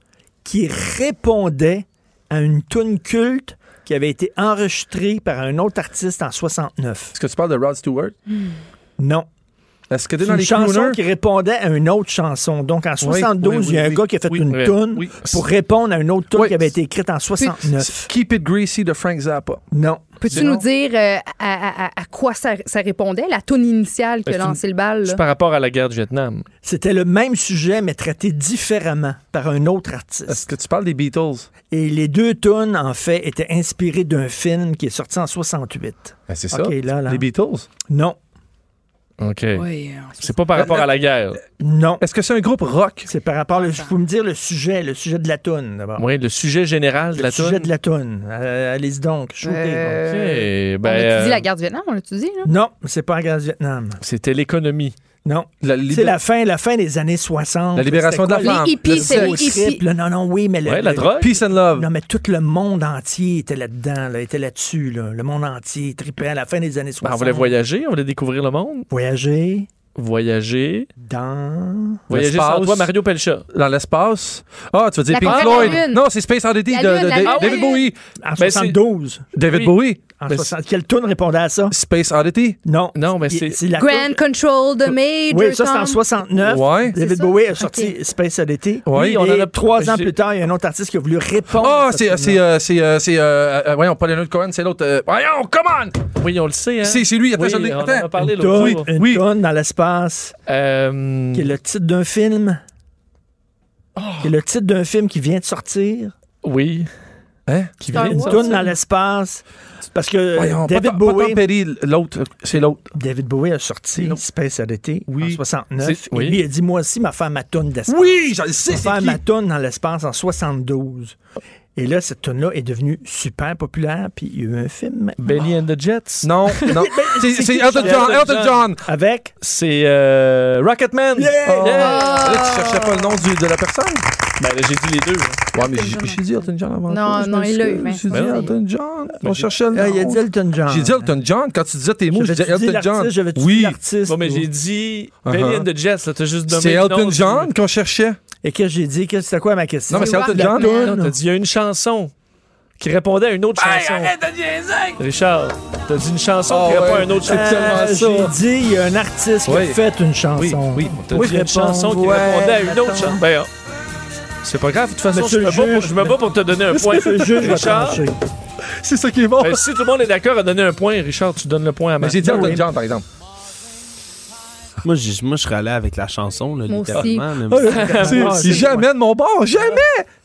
D: qui répondait à une toune culte qui avait été enregistrée par un autre artiste en 69.
F: Est-ce que tu parles de Rod Stewart?
D: Non.
F: Est-ce que t'es
D: C'est
F: dans
D: une
F: les
D: chanson
F: crooners?
D: qui répondait à une autre chanson. Donc, en 72,
F: oui, oui,
D: il y a un
F: oui.
D: gars qui a fait
C: Oui,
D: une
C: oui,
D: toune
C: oui.
D: pour répondre à une autre toune
F: Oui.
D: qui avait été écrite en 69.
F: C'est Keep It Greasy de Frank Zappa.
D: Non.
E: Peux-tu nous dire euh, à, à- à- à quoi ça, ça répondait, la toune initiale que
C: Ben, C'est une-
E: lançait le bal? là?
C: C'est par rapport à la guerre du Vietnam.
D: C'était le même sujet, mais traité différemment par un autre artiste.
F: Est-ce que tu parles des Beatles?
D: Et les deux tunes, en fait, étaient inspirées d'un film qui est sorti en 68.
F: Ben, c'est
D: ça. Ok, là, là.
F: Les Beatles?
D: Non.
C: OK.
E: Oui, euh,
C: C'est pas par rapport à la guerre.
D: Non.
F: Est-ce que c'est un groupe rock?
D: C'est par rapport... Je peux me dire le sujet, le sujet de la toune, d'abord.
C: Oui, le sujet général de
D: le
C: la
D: sujet
C: toune.
D: de la toune. Euh, Allez-y donc. shootez.
C: OK.
E: on
C: Ben,
E: a-tu dit
C: euh,
E: la guerre du Vietnam? On l'a-tu dit, là?
D: Non, c'est pas en guerre du Vietnam.
C: C'était l'économie.
D: Non.
F: La
D: C'est
F: libé-
D: la fin, la fin des années 60.
F: La libération de la
D: C'était quoi,
F: femme.
E: Les hippies,
F: le
E: c'est les
F: sexe.
D: le trip,
E: hippies.
D: là? Non, non, oui, mais... le-
C: Ouais, la
D: le-
C: drogue.
F: Peace and Love.
D: Non, mais tout le monde entier était là-dedans, là, était là-dessus. Là. Le monde entier tripait à la fin des années
C: Ben,
D: 60.
C: on voulait voyager, on voulait découvrir le monde.
D: Voyager
C: Voyager.
D: dans...
C: Voyager
F: L'espace.
C: sans toi, Mario Pelcha.
F: Dans l'espace. Ah, tu veux dire
E: La
F: Pink
E: conquête de la
F: Floyd?
E: Lune.
F: Non, c'est Space Oddity
E: La
F: de, de-
E: Lune, la
F: de-
E: Lune.
F: David Bowie.
D: En
C: Ben, c'est-
D: 72.
F: David
C: Oui.
F: Bowie.
D: En
C: Ben,
D: 60. Quelle tune répondait à ça?
F: Space Oddity.
D: Non.
C: Non, mais
D: Il-
C: c'est-
D: la
E: Grand
D: toune-
E: Control the Major
D: Oui, ça, c'est en
E: Tom.
D: 69.
F: Ouais.
E: C'est
D: David
E: ça?
D: Bowie a
E: Ok.
D: sorti Space Oddity.
F: Ouais.
D: Oui, on en a... Trois ans
C: j'ai-
D: plus tard, il y a un autre artiste qui a voulu répondre.
F: Ah,
D: à cette
F: c'est, c'est,
D: tune-là.
F: euh, c'est, euh, c'est, euh, euh, voyons, pas Leonard Cohen, c'est l'autre. euh, voyons, come on!
C: Oui, on le sait. Hein?
F: C'est, c'est lui, attends,
C: Oui,
F: je l'ai-
C: on en
F: attends.
C: a parlé
D: Une
C: l'autre
D: toune-
C: jour.
D: Une
F: Oui.
D: toune dans l'espace.
C: Euh,
D: qui est le titre d'un film.
C: Ah.
D: Qui est le titre d'un film qui vient de sortir.
C: Oui.
F: Hein?
C: Qui
E: Star
C: vient de
D: Une
E: Wars.
C: sortir.
D: tourne dans l'espace. Parce que
F: Voyons,
D: David,
F: pas, Tom- pas Tom
D: Bowie,
F: Petty, l'autre, c'est l'autre.
D: David Bowie a sorti Space Oddity en
F: Oui.
D: 69.
C: C'est- oui.
D: Et lui, il a dit Moi aussi, ma femme ma tourne d'espace.
F: Oui, je le
D: Ma
F: sais, c'est
D: femme
F: qui?
D: ma tourne dans l'espace en 72. Et là, cette tourne là est devenue super populaire. Puis il y a eu un film
C: Benny and the Jets.
F: Non, non. c'est, c'est, Elton John, Elton John.
D: avec.
C: C'est euh, Rocketman.
F: Oh.
C: Yeah!
F: Là, tu cherchais pas le nom du- de la personne?
C: Ben, là, j'ai dit les deux. hein.
F: Ouais, mais j'ai, j'ai dit Elton John avant.
E: Non,
F: toi, je
E: non, il l'a eu,
F: m'excuse.
E: mais-
F: J'ai dit
E: Ben non.
F: Elton John. On cherchait le nom.
D: Ah, il a dit Elton John.
F: J'ai dit Elton John. Quand tu disais tes mots, je disais
D: J'avais-tu dit
F: Elton
D: l'artiste?
F: John.
D: J'avais-tu dit
F: Oui.
D: l'artiste?
C: Bon, mais j'ai dit
F: Uh-huh.
C: Benny and the Jets. là, T'as juste donné
F: C'est
C: le nom
F: Elton
C: du-
F: John qu'on cherchait.
D: Et qu'est-ce que j'ai dit? Qu'est-ce- C'était quoi ma question?
F: Non, mais c'est Elton
E: Rocketman.
F: John.
E: Non,
C: Non, t'as dit, il y a une chanson qui répondait à une autre chanson. Richard, t'as dit une chanson
F: Ah
C: qui répond à
F: ouais.
C: une autre
F: C'est
C: chanson.
F: tellement
D: Euh,
F: ça.
D: J'ai dit, il y a un artiste qui
F: Oui.
D: a fait une chanson.
F: Oui, oui.
C: T'as
D: Oui,
C: dit une
D: répondre,
C: chanson qui
D: ouais,
C: répondait à une autre
D: attends.
C: chanson. Ben, c'est pas grave, de toute façon, je
D: Monsieur
C: me,
D: le
C: bats pour,
D: juge,
C: je me bats pour te donner un point.
D: Monsieur le juge va
C: Richard,
D: trancher.
F: C'est ça qui est bon.
C: ben, si tout le monde est d'accord à donner un point, Richard, tu donnes le point à
F: Mais
C: Marc.
F: j'ai dit Elton John, par exemple.
G: Moi, je, moi, je serais allé avec la chanson, là,
E: Moi
G: littéralement. là,
D: Ah,
F: C'est-
G: mais-
C: c'est-
F: c'est jamais de mon bord. Jamais!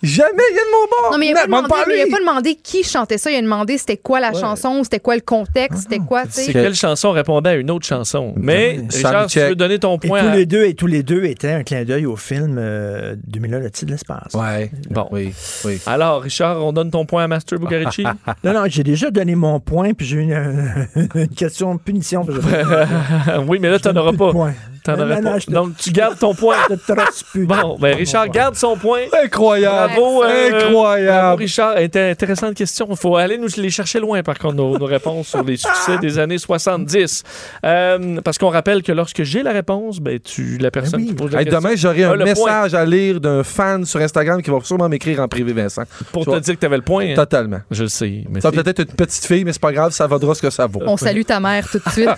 F: Jamais il y a de mon bord.
E: Non, mais il n'a pas,
F: Demande
E: demandé-
F: à
E: il
F: lui.
E: a pas demandé qui chantait ça. Il a demandé c'était quoi la chanson, c'était quoi le contexte, c'était quoi, tu
C: C'est
E: sais.
C: quelle chanson répondait à une autre chanson. Mais,
F: Sam
C: Richard, si tu
F: check.
C: veux donner ton
D: Et
C: point
D: tous
C: à-
D: les deux, et tous les deux étaient un clin d'œil au film euh, 2001 Le titre de l'espace.
F: Ouais.
C: Bon.
F: Oui. Oui.
C: Alors, Richard, on donne ton point à Master Bugarici.
D: Non, non, j'ai déjà donné mon point, puis j'ai eu une, une question de punition. parce que je-
C: oui, mais là, t'en
D: donne
C: auras
D: plus de
C: pas.
D: points.
C: T'en
D: Non,
C: auras
D: non,
C: pas.
D: non, je te-
C: Donc, tu gardes ton point.
D: Je te trace plus.
C: Bon, ben, Richard
D: Bon,
C: garde son point.
F: Incroyable.
C: Bravo, euh, bravo,
F: Incroyable.
C: Richard. Inté- Intéressante question. Il faut aller nous les chercher loin, par contre, nos, nos réponses sur les succès des années 70. Euh, parce qu'on rappelle que lorsque j'ai la réponse, ben, tu, la personne
D: oui.
C: qui pose la
F: Hey,
C: question
F: demain, j'aurai
C: Ah,
F: un
C: le point.
F: message à lire d'un fan sur Instagram qui va sûrement m'écrire en privé, Vincent.
C: pour
F: je
C: te
F: vais-
C: dire que t'avais le point. hein.
F: Totalement.
C: Je le sais. Mais
F: Ça
C: c'est-
F: va peut-être être une petite fille, mais c'est pas grave, ça vaudra ce que ça vaut.
E: On salue ta mère tout de suite.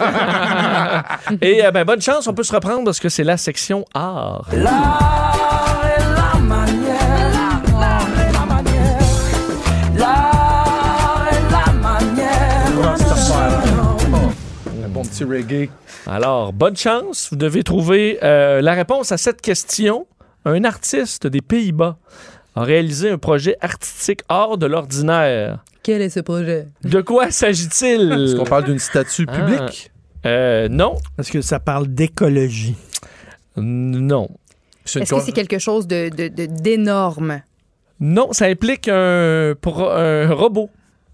C: Et euh, ben, bonne chance, on peut se reprendre parce que c'est la section art.
F: Un bon petit reggae.
C: Alors, bonne chance. Vous devez trouver euh, la réponse à cette question. Un artiste des Pays-Bas a réalisé un projet artistique hors de l'ordinaire.
E: Quel est ce projet?
C: De quoi s'agit-il?
F: Est-ce qu'on parle d'une statue
C: Ah.
F: publique?
C: Euh, non.
D: Est-ce que ça parle d'écologie?
C: Non.
F: C'est une
E: Est-ce que c'est quelque chose de- de- de- d'énorme?
C: Non, ça implique un, pro- un robot.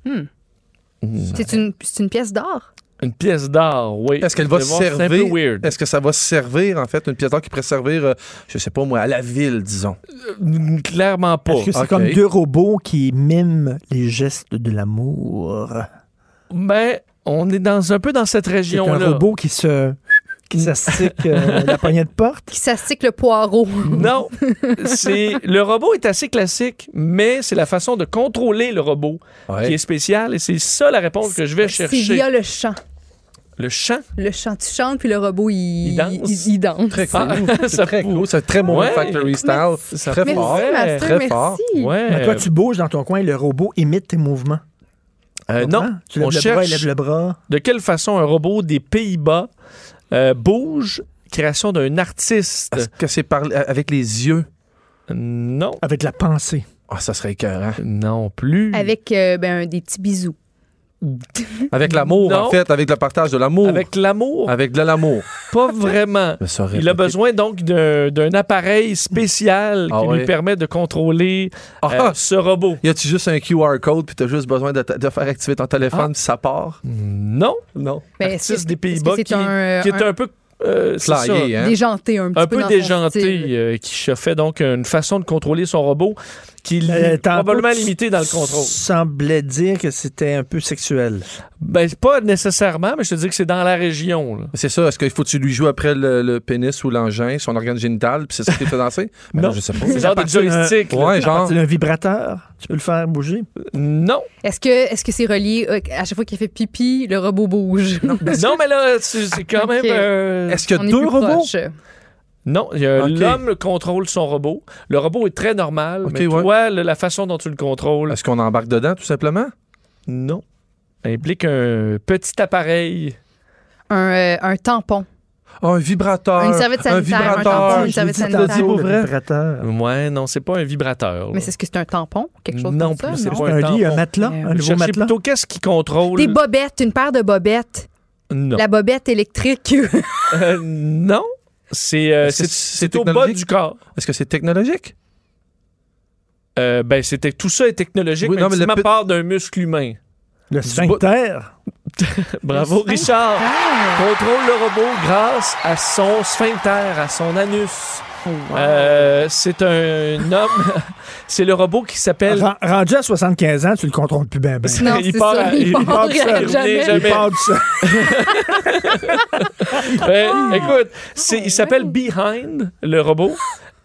E: C'est une, c'est une pièce d'art?
C: Une pièce d'art, oui.
F: Est-ce qu'elle va
C: Vous allez voir, C'est un
F: servir?
C: peu weird.
F: Est-ce que ça va servir, en fait, une pièce d'art qui pourrait servir, euh, je sais pas moi, à la ville, disons?
C: Euh, Clairement pas.
D: Est-ce que c'est
F: ok.
D: comme deux robots qui miment les gestes de l'amour?
C: Mais on est dans un peu dans cette
D: C'est un
C: région-là.
D: robot qui se... qui s'astique euh, la poignée de porte?
E: Qui s'astique le poireau?
C: Non, c'est le robot est assez classique, mais c'est la façon de contrôler le robot qui est spéciale et c'est ça la réponse que je vais
E: C'est
C: chercher.
E: via le chant.
C: Le chant.
E: Le chant, tu chantes, puis le robot, il,
C: Il danse.
E: il- il danse.
F: Très cool.
C: Ah,
F: c'est
C: ça
F: très
C: pour-
F: cool. C'est très Moment
C: Ouais.
F: Factory style.
C: Ça
F: Très
E: Ah, Merci,
F: fort.
E: Master,
F: très
E: merci.
F: fort.
C: Ouais.
D: Mais Ben, toi, tu bouges dans ton coin et le robot imite tes mouvements.
C: Euh, non,
D: Hein? Tu lèves
C: on
D: le bras, il lève
C: cherche
D: le bras.
C: de quelle façon un robot des Pays-Bas euh, bouge. Création d'un artiste.
F: Est-ce que c'est par- avec les yeux?
C: Non,
D: Avec la pensée.
F: Ah, ça serait écœurant.
C: non plus.
E: Avec euh, ben, des petits bisous.
F: Avec l'amour,
C: Hmm. Non.
F: en fait, avec le partage de l'amour.
C: Avec l'amour,
F: Avec de l'amour.
C: pas vraiment.
F: Mais ça aurait
C: Il a
F: été-
C: besoin donc d'un d'un appareil spécial
F: Ah
C: qui
F: ouais.
C: lui permet de contrôler euh,
F: Ah!
C: ce robot.
F: Y a-tu juste un QR code, puis t'as juste besoin de, ta- de faire activer ton téléphone,
C: Ah.
F: puis ça part?
C: Non,
F: Non.
E: Ben, est-ce
C: artiste des
E: que- est-ce que
C: Pays-Bas
E: c'est
C: qui,
E: un,
C: qui est
E: un
C: un peu euh, c'est ça,
F: Flyé, hein?
E: déjanté un petit
C: un
E: peu.
C: peu
E: dans son style.
C: déjanté, euh, qui se fait donc une façon de contrôler son robot qui est
D: Euh, tantôt,
C: probablement
D: tu
C: limité dans le contrôle.
D: semblait dire que c'était un peu sexuel.
C: Ben, c'est pas nécessairement, mais je te dis que c'est dans la région. là.
F: C'est ça, est-ce qu'il faut que tu lui joues après le, le pénis ou l'engin, son organe génital, puis c'est ça qui te fait danser? Ben
C: Non.
F: je sais pas.
C: C'est genre des
D: partir d'un-
C: joysticks. là.
F: Ouais, genre.
D: C'est un vibrateur. Tu peux le faire bouger.
C: Non,
E: Est-ce que est-ce que c'est relié euh, à chaque fois qu'il fait pipi, le robot bouge?
C: non, mais là, c'est c'est quand même.
E: Ben, Ok.
C: euh,
F: Est-ce qu'il y
E: On
F: a
E: est
F: deux
E: plus
F: robots?
E: proche.
C: Non, il y a-
F: Ok.
C: l'homme contrôle son robot. Le robot est très normal,
F: Ok,
C: mais
F: ouais.
C: toi, le- la façon dont tu le contrôles,
F: Est-ce qu'on embarque dedans, tout simplement? Euh,
C: non. Ça implique un petit appareil.
E: Un, euh, un tampon.
F: Ah, un vibrateur.
E: Une serviette
F: un
E: sanitaire, un
F: vibrateur.
E: tampon, une serviette
F: Je l'ai dit
E: sanitaire.
F: tantôt,
D: Tantôt,
F: le
D: le
F: vrai.
D: vibrateur.
C: Ouais, non, c'est pas un vibrateur. là.
E: Mais est-ce que c'est un tampon? Quelque chose
C: Oh. Non
E: comme ça?
C: plus, c'est
E: non?
C: pas
D: Un lit, un
C: tampon.
D: matelas,
E: Euh,
D: un nouveau
C: Cherchez
D: matelas.
C: plutôt qu'est-ce qui contrôle.
E: Des bobettes, une paire de bobettes.
C: non.
E: La bobette électrique.
C: Euh, non. C'est euh,
F: Est-ce que
C: c'est-
F: c'est
C: c'est au bas
F: technologique?
C: du corps.
F: Est-ce que c'est technologique?
C: Euh, ben, c'était tout ça est technologique,
F: Oui,
C: mais,
F: non, mais le
C: ultimement,
F: pe-
C: part d'un muscle humain.
D: Le sphincter.
C: Bravo, Richard. Contrôle le robot grâce à son sphincter, à son anus. Euh, c'est un homme. c'est le robot qui s'appelle.
D: Ren- Rendu à 75 ans, tu le contrôles plus bien. ben.
E: Non,
C: il
E: c'est
C: part
E: ça,
C: à-
E: il
C: il
E: part
C: part
E: à
C: tout seul, il
E: jamais.
C: revient
D: Il
C: jamais.
D: part du sol.
C: Ben, écoute, c'est- il s'appelle Behind, le robot.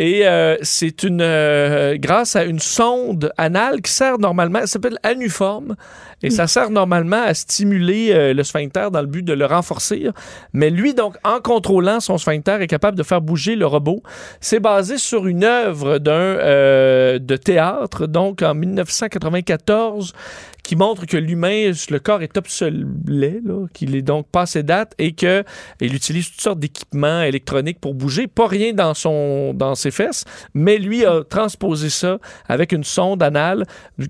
C: Et euh, c'est une euh, grâce à une sonde anale qui sert normalement, ça s'appelle anuforme, et ça sert normalement à stimuler euh, le sphincter dans le but de le renforcer. Mais lui, donc, en contrôlant son sphincter, est capable de faire bouger le robot. C'est basé sur une œuvre d'un euh, de théâtre, donc en 1994, qui montre que l'humain, le corps est obsolète, là, qu'il est donc passé date et que il utilise toutes sortes d'équipements électroniques pour bouger. Pas rien dans, son, dans ses fesses, mais lui a transposé ça avec une sonde anale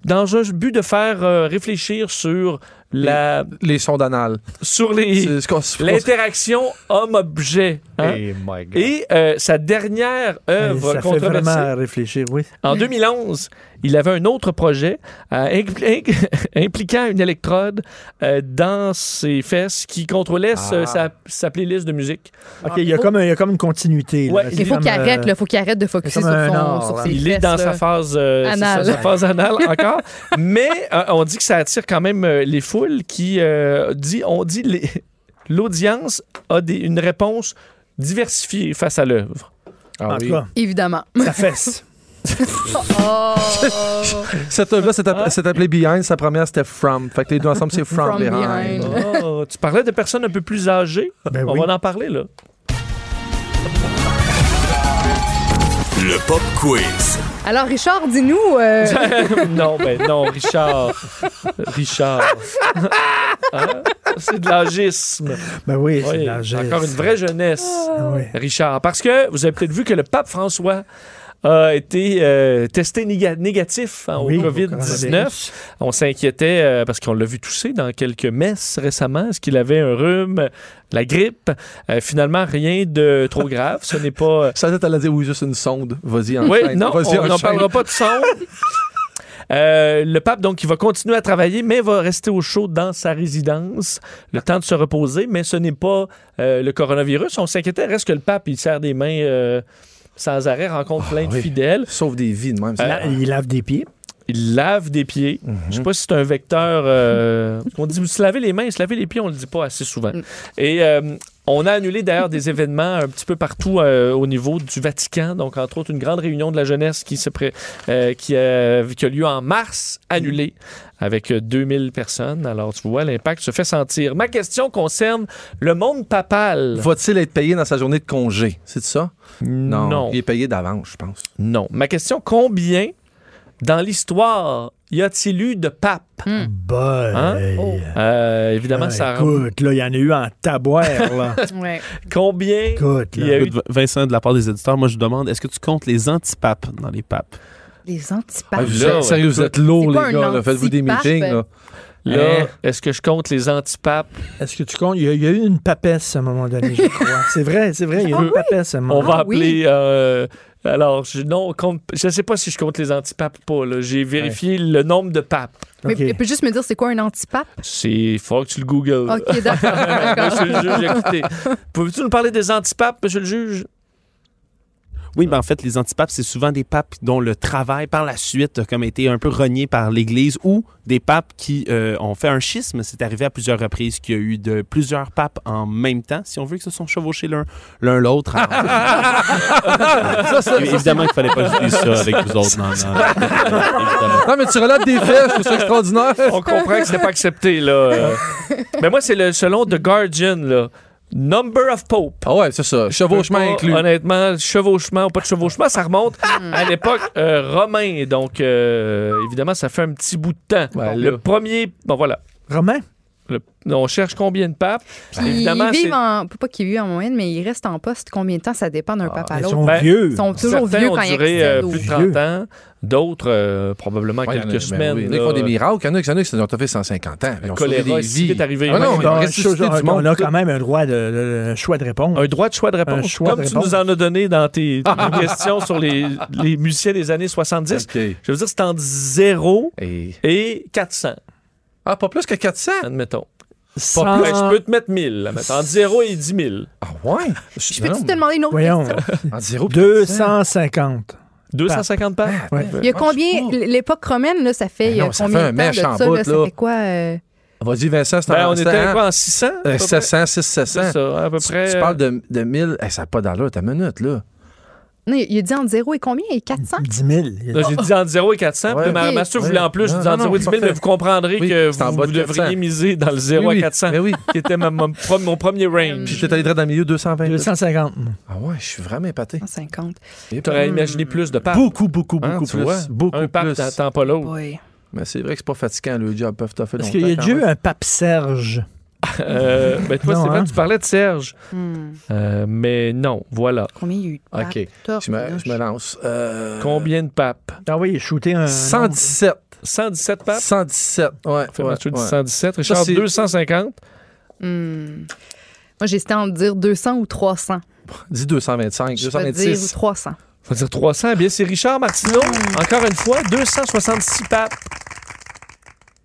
C: dans un but de faire euh, réfléchir sur la
F: Les sondes anales.
C: sur les
F: C'est ce qu'on se
C: l'interaction homme-objet. hein.
F: Hey my God. Eh,
C: Et euh, sa dernière œuvre
D: ça fait
C: controversée,
D: vraiment réfléchir, oui.
C: en 2011, il avait un autre projet euh, impli- impliquant une électrode euh, dans ses fesses qui contrôlait ce-
F: Ah.
C: sa, sa playlist de musique.
D: OK, il y, a
E: faut-
D: comme un- il y a comme une continuité. là.
C: Ah, Ouais,
D: C'est
E: Il faut
D: comme,
E: qu'il
D: euh,
E: arrête, là. faut qu'il arrête de focuser
D: c'est
E: sur,
D: comme un
E: son,
D: or,
E: sur
D: là.
E: ses
C: Il est
E: fesses,
C: dans
E: là.
C: sa phase, euh, c'est
E: Anale.
C: ça, sa phase anale encore. Mais euh, on dit que ça attire quand même euh, les foules qui euh, dit on dit les- l'audience a des- une réponse diversifiée face à l'œuvre.
F: Ah
D: euh, En
F: oui.
D: tout cas,
E: Évidemment.
D: la fesse.
E: Oh!
F: Cette œuvre-là, c'est
C: Ah.
F: app- c'est appelé Behind. Sa première, c'était From. Fait que les deux ensemble, c'est From,
E: From
F: Behind.
E: behind.
C: Oh, tu parlais de personnes un peu plus âgées.
D: Ben
C: on
D: oui.
C: va en parler là.
B: Le Pop Quiz.
E: Alors, Richard, dis-nous. euh,
C: non, ben non, Richard. Richard. Hein? C'est de l'âgisme.
D: Ben oui, c'est
C: Oui,
D: de la geste. Ah
C: encore une vraie jeunesse,
D: Oui.
C: Richard. Parce que vous avez peut-être vu que le pape François a été euh, testé néga- négatif hein, au
D: Oui, au
C: COVID-19.
D: coronavirus.
C: On s'inquiétait euh, parce qu'on l'a vu tousser dans quelques messes récemment. Est-ce qu'il avait un rhume, la grippe? Euh, finalement, rien de trop grave. Ce n'est pas... euh,
F: Ça, t'allais dire, oui, juste une sonde. Vas-y, enchaîne.
C: Oui, non,
F: Vas-y,
C: on n'en
F: enchaîne.
C: parlera pas de son. Euh, le pape, donc, il va continuer à travailler, mais va rester au chaud dans sa résidence, le temps de se reposer, mais ce n'est pas euh, le coronavirus. On s'inquiétait, reste que le pape, il serre des mains euh, sans arrêt, rencontre plein de
F: Ah oui.
C: fidèles,
F: Sauve des vies de même.
D: Il
C: Euh,
D: la- il lave des pieds.
C: il lave des pieds. Je sais pas si c'est un vecteur... euh, on dit se laver les mains, se laver les pieds, on le dit pas assez souvent. Et... euh, on a annulé d'ailleurs des événements un petit peu partout euh, au niveau du Vatican, donc entre autres une grande réunion de la jeunesse qui, se pré- euh, qui, a, qui a lieu en mars, annulée, avec euh, 2000 personnes. Alors tu vois, l'impact se fait sentir. Ma question concerne le monde papal.
F: Va-t-il être payé dans sa journée de congé? C'est ça?
C: Non.
F: Il est payé d'avance, je pense.
C: Non. Ma question, combien dans l'histoire y a-t-il eu de papes?
D: Boy.
C: Hein? Euh, évidemment,
D: Ah,
C: ça
D: écoute, là, il y en a eu en taboire, là.
E: ouais.
C: Combien
D: Écoute,
C: il
D: là.
C: y a eu
G: Écoute, Vin- Vincent, de la part des éditeurs, moi je vous demande, est-ce que tu comptes les antipapes dans les papes?
E: Les
F: Ah,
E: antipathes.
F: vous
C: là,
F: êtes- sérieux, vous êtes lourds,
E: C'est pas
F: les
E: un
F: gars. là. Faites-vous des
E: antipape.
F: meetings. Là.
C: Là,
F: Hein?
C: est-ce que je compte les antipapes?
D: Est-ce que tu comptes? Il y, a, il y a eu une papesse à un moment donné, je crois. c'est vrai, c'est vrai, il y a eu une papesse à un moment
C: On va
E: Ah,
C: appeler.
E: oui.
C: euh, alors, je, non, compte- je ne sais pas si je compte les antipapes ou pas. là. J'ai vérifié le nombre de papes.
E: Mais
D: Ok.
E: tu peux juste me dire, c'est quoi un antipape?
C: C'est fort que tu le googles.
E: OK, d'accord. d'accord.
C: Monsieur le juge, écoutez. Pouvez-vous nous parler des antipapes, monsieur le juge?
G: Oui, mais en fait, les antipapes, c'est souvent des papes dont le travail par la suite a comme été un peu renié par l'Église ou des papes qui euh, ont fait un schisme. C'est arrivé à plusieurs reprises qu'il y a eu de plusieurs papes en même temps, si on veut que se sont chevauchés l'un l'un l'autre. Alors- évidemment qu'il fallait pas jouer ça avec vous autres. Non, non, non, évidemment.
F: Non, mais tu relates des faits, je trouve ça extraordinaire.
C: On comprend que ce n'est pas accepté, là. Euh, Mais moi, c'est le selon The Guardian, là. Number of Pope.
F: Ah ouais, c'est ça. Chevauchement
C: Pas,
F: inclus.
C: Honnêtement, chevauchement ou pas de chevauchement, ça remonte
E: Hmm.
C: à l'époque euh, romaine. Donc, euh, évidemment, ça fait un petit bout de temps.
F: Ouais, là.
C: le premier. Bon, voilà.
D: Romain?
C: Le- on cherche combien de papes.
E: Puis ils
C: c'est-
E: vivent en. Pas qu'ils vivent en moyenne, mais ils restent en poste combien de temps? Ça dépend d'un papa à
D: Ils
E: l'autre.
D: sont
C: Ben,
D: vieux.
E: Ils sont toujours
C: certains
E: vieux
C: ont
E: quand ils
C: duré euh,
E: accèdent au-
C: plus de
D: vieux.
C: 30 ans, d'autres euh, probablement
F: Ouais, il y en a-
C: quelques
F: ben
C: semaines.
F: oui. Il y en a qui
C: là.
F: font des miracles, il y en a qui- il y en a qui ont fait 150 ans. Ils ont sauvé
C: choléra,
F: des
C: si
F: vies.
C: vite arrivé.
F: Ah non,
D: Bon,
F: ils ont
D: une
F: ressuscité
D: chose,
F: du
D: on, on
F: monde.
D: a quand même un droit de, de- un choix de réponse.
C: Un droit de choix de réponse.
D: Un choix
C: Comme
D: de
C: tu
D: réponse.
C: nous en as donné dans tes, tes questions sur les, les musiciens des années 70,
F: OK.
C: je veux dire, c'est entre 0
F: Et-
C: et 400,
F: Ah, pas plus que 400?
C: admettons.
D: Sans-
C: Ben, je peux te mettre 1000, admettons, entre 0 et 10 000.
F: Ah ouais?
E: Je
F: Non,
E: peux-tu te demander une autre
D: Voyons,
E: question?
F: En zéro.
D: 250.
C: 250
F: Ah,
C: papes?
D: Ouais.
E: Il y a combien. L'époque romaine, là, ça fait
F: Ben non,
E: euh,
F: ça fait
E: combien de
F: un
E: temps de
F: mèche en
E: ça?
F: bout,
E: là? Ça
F: là.
E: fait quoi? euh,
F: Vas-y, Vincent, c'est
C: Ben,
F: en
C: on
F: Ah, c'est
C: était
F: en-
C: quoi, en 600? à peu
F: euh,
C: près?
F: 700, 600, 700.
C: C'est ça, à peu
F: Tu-
C: près.
F: Tu parles de, de 1000. Eh, ça n'a pas d'allure, ta minute, là.
E: Non, il il a dit entre 0 et combien? Et 400?
D: 10 000. Il y a-
C: Là, euh, j'ai dit entre 0 et 400.
F: Ouais.
C: puis ma,
E: Ok.
C: ma sœur
F: Ouais.
C: voulait en plus, je
F: Non,
C: dis entre
F: non,
C: 0 et 10 000,
F: parfait.
C: mais vous comprendrez
F: Oui,
C: que
F: c'est en
C: vous,
F: bas
C: vous
F: de 400.
C: devriez miser dans le 0
F: Oui,
C: à
F: oui.
C: 400,
F: Ben oui.
C: qui était ma- mon pro- mon premier range.
F: Puis j'étais allé droit dans le milieu 220.
D: 250.
F: Ah ouais, je suis vraiment épaté.
E: 150.
C: T'aurais imaginé plus de papes.
F: ben, Hmm. Beaucoup, beaucoup,
C: Hein,
F: beaucoup
C: tu vois?
F: plus. Beaucoup
C: un pape
F: plus.
C: t'attends pas l'autre.
E: Boy.
F: Mais c'est vrai que c'est pas fatigant, le job. Peuvent t'en faire
D: Parce
F: longtemps,
D: qu'il y a
F: quand
D: déjà eu
F: même.
D: un pape Serge.
C: Euh, ben, toi,
D: Non,
C: Stéphane,
D: hein.
C: tu parlais de Serge.
E: Hmm.
C: Euh, mais non, voilà.
E: Combien il y a eu de papes?
F: OK.
E: Torche,
F: Je me,
E: torche.
F: je me lance. Euh,
C: Combien de papes?
D: T'as envoyé shooter un.
F: 117.
C: 117 papes?
F: 117. Ouais.
C: Fait
F: ouais,
C: que tu dis
F: ouais.
C: 117. Richard,
F: c'est-
C: 250.
E: Hmm. Moi, j'hésitais à en dire 200 ou 300.
F: Dis 225.
E: Je vais dire
F: 226.
E: 300.
C: Faut dire 300. Eh bien, c'est Richard Martineau, encore une fois, 266 papes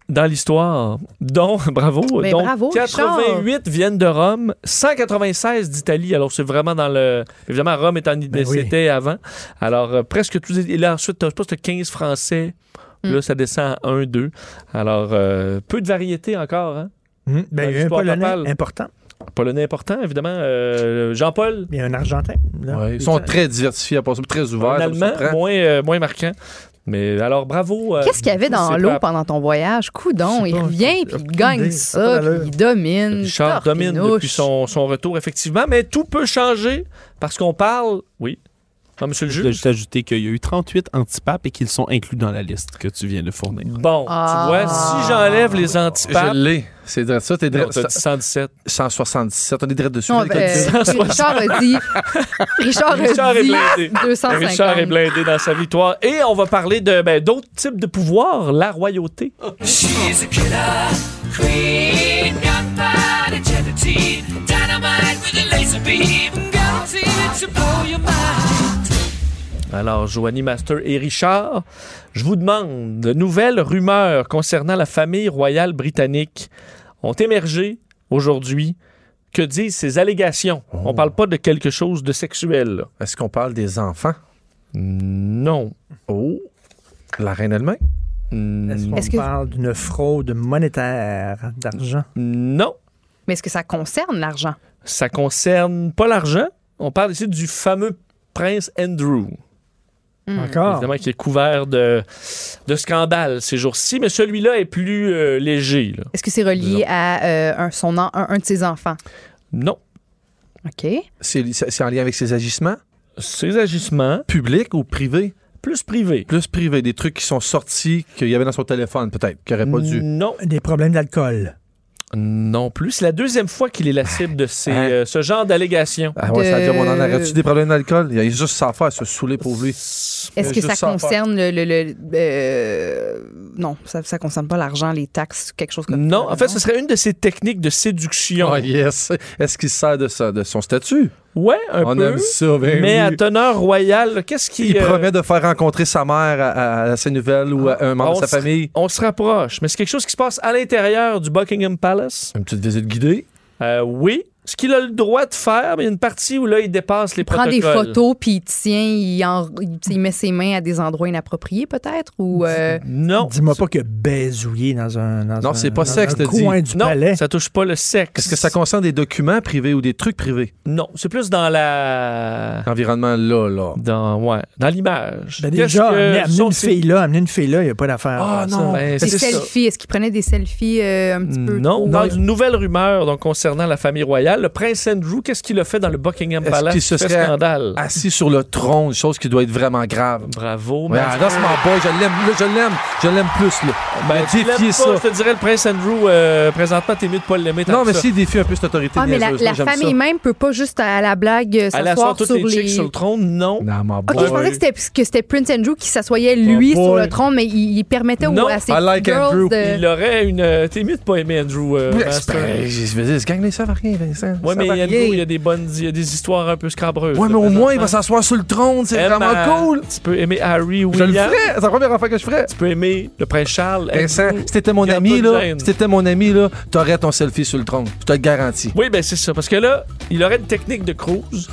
C: dans l'histoire, dont, bravo,
E: Mais
C: dont
E: Ben, bravo,
C: 88 viennent de Rome, 196 d'Italie. Alors, c'est vraiment dans le... Évidemment, Rome est en
D: Ben oui.
C: c'était avant. Alors, euh, presque tous... Et là, ensuite, t'as- je pense que t'as 15 Français.
E: Mm.
C: Là, ça descend à 1, 2. Alors, euh, peu de variété encore. Hein?
D: Hmm, ben, il y a eu un
C: Histoire
D: Polonais
C: papale.
D: important.
C: Polonais important, évidemment. Euh, Jean-Paul,
D: Il y a un Argentin. là.
F: Ouais, ils sont très diversifiés, à part ça, très ouverts.
C: en
F: ça me
C: allemand,
F: surprend.
C: moins, euh, moins marquant. Mais alors, bravo. euh,
E: Qu'est-ce qu'il y avait dans
C: c'est
E: l'eau
C: pas-
E: pendant ton voyage? Coudon, il revient, puis il gagne
D: idée. Ça
E: ça,
D: a pas
E: puis il domine.
C: Richard domine
E: torpinouche.
C: depuis son, son retour, effectivement, mais tout peut changer parce qu'on parle. Oui. Non, monsieur le
G: Je voulais
C: juge.
G: juste ajouter qu'il y a eu 38 antipapes et qu'ils sont inclus dans la liste que tu viens de fournir.
C: Bon,
E: Ah.
C: tu vois, si j'enlève les
F: Je
C: antipapes.
F: l'ai. C'est direct ça. T'es
C: Non,
F: direct.
C: t'as dit 117.
F: 177. On est direct dessus.
E: Non,
F: T'as
E: euh,
F: dit-
E: Richard a dit. Richard,
C: Richard
E: a
C: est
E: dit
C: blindé.
E: 250.
C: Richard est blindé dans sa victoire. Et on va parler de ben, d'autres types de pouvoirs, la royauté. Alors, Joanie Master et Richard, je vous demande, de nouvelles rumeurs concernant la famille royale britannique ont émergé aujourd'hui. Que disent ces allégations? On parle pas de quelque chose de sexuel. là.
F: Est-ce qu'on parle des enfants?
C: Non.
F: Oh. La reine elle-même?
D: Est-ce
C: Mm,
D: qu'on
E: Est-ce que-
D: parle d'une fraude monétaire d'argent?
C: Non.
E: Mais est-ce que ça concerne l'argent?
C: Ça concerne pas l'argent. On parle ici du fameux prince Andrew,
F: Ah.
D: Encore?
C: Mmh. évidemment, qui est couvert de, de scandales ces jours-ci, mais celui-là est plus euh, léger. là.
E: Est-ce que c'est relié à euh, un, son en- un, un de ses enfants?
C: Non.
E: OK.
F: C'est c'est en lien avec ses agissements?
C: Ses agissements,
F: Public ou privé?
C: plus privés.
F: Plus privé. Des trucs qui sont sortis, qu'il y avait dans son téléphone, peut-être, qu'il n'aurait pas dû.
C: Non.
D: Des problèmes d'alcool.
C: Non plus. C'est la deuxième fois qu'il est la cible de ces,
F: Hein?
C: euh, ce genre d'allégations.
F: Ah ouais, ça veut dire, on en
E: De-
C: Euh.
F: aurait-tu des problèmes d'alcool? Il y a juste ça à faire, se saouler pour lui.
E: Est-ce que
F: Juste
E: ça
F: ça à
E: concerne le. le- le- euh, non, ça ne concerne pas l'argent, les taxes, quelque chose comme ça.
C: Non, en fait, ce serait une de ces techniques de séduction.
F: Oh
C: Ouais,
F: yes! Est-ce qu'il sert de, ça, de son statut?
C: un
F: on
C: peu.
F: aime ça, ben
C: Mais à
F: oui.
C: teneur royale, qu'est-ce qui
F: Il
C: euh,
F: promet de faire rencontrer sa mère à, à- à ses nouvelles ou à un membre
C: Ah, on
F: de
C: se-
F: sa famille.
C: On se rapproche, mais c'est quelque chose qui se passe à l'intérieur du Buckingham Palace.
F: Une petite visite guidée.
C: Euh, oui, ce qu'il a le droit de faire, mais il y a une partie où là, il dépasse les
E: prend des
C: protocoles.
E: photos, puis il tient, il, en- il- il met ses mains à des endroits inappropriés, peut-être? Ou. euh,
C: Non,
D: Dis-moi pas que baisouiller dans un. Dans
F: Non,
D: un-
F: c'est pas
D: dans
F: sexe,
D: un
F: t'as dit.
D: coin du
C: non,
D: palais.
C: ça touche pas le sexe.
F: Est-ce que ça concerne des documents privés ou des trucs privés?
C: Non, c'est plus dans la...
F: Environnement là, là.
C: Dans, ouais, dans l'image.
D: Ben
C: Qu'est-ce
D: déjà,
C: que
D: amener, amener
C: sont
D: une
C: ces-
D: fille là, amener une fille là, il n'y a pas d'affaire.
C: Ah, non, ben,
E: Des
C: c'est ça.
E: selfies. Est-ce qu'il prenait des selfies euh, un petit peu?
C: Non,
E: trop?
C: dans une nouvelle rumeur donc, concernant la famille royale, le prince Andrew, qu'est-ce qu'il a fait dans le Buckingham
F: Est-ce
C: Palace
F: qu'il se
C: qui fait
F: serait-
C: scandale?
F: Assis sur le trône, une chose qui doit être vraiment grave.
C: Bravo,
F: Ouais,
C: Mathieu.
F: là, c'est mon boy, je l'aime, là, je l'aime, je l'aime plus, là.
C: Ben, tu
F: défier
C: l'aimes pas,
F: ça.
C: Je te dirais, le prince Andrew, euh, présentement, t'es mieux de pas l'aimer. tant
F: Non,
C: que
F: mais
C: ça.
F: s'il défie un peu cette autorité
E: Ah, mais la,
F: niaiseuse,
E: la
F: là, j'aime
E: famille
F: ça.
E: même peut pas juste à la blague euh,
C: À la
E: s'asseoir
C: toutes les
E: sur
C: chicks
E: les. Ah,
C: sur le trône, non.
F: Non, mon
E: Ok,
F: boy.
E: je pensais que c'était, que c'était Prince Andrew qui s'assoyait lui
D: Oh
E: sur
D: boy.
E: le trône, mais il, il permettait
C: Non,
E: aux, à ses
F: I like
E: girls
F: Andrew.
E: de.
C: Il aurait une. euh, T'es mieux de pas aimer Andrew. euh,
F: Ouais, ben, c'est
C: Master.
F: pas- je veux dire, ce gang-là, ça va rien, Vincent.
C: ouais,
F: Ça
C: mais
F: va
C: Andrew,
F: rien.
C: il y a des bonnes. Il y a des histoires un peu scabreuses.
F: Ouais,
C: là,
F: mais au moins, il va
C: présentement.
F: s'asseoir sur le trône, c'est
C: Aime,
F: vraiment
C: euh,
F: cool.
C: Tu peux aimer Harry,
F: Je le
C: William.
F: ferais, c'est la première affaire que je ferais.
C: Tu peux aimer le prince Charles.
F: Vincent,
C: Andrew.
F: si t'étais mon
C: y a pas
F: ami,
C: de
F: là,
C: gêne.
F: si t'étais mon ami, là, t'aurais ton selfie sur le trône. Je te le garantis.
C: Oui, ben c'est ça. Parce que là, il aurait une technique de cruise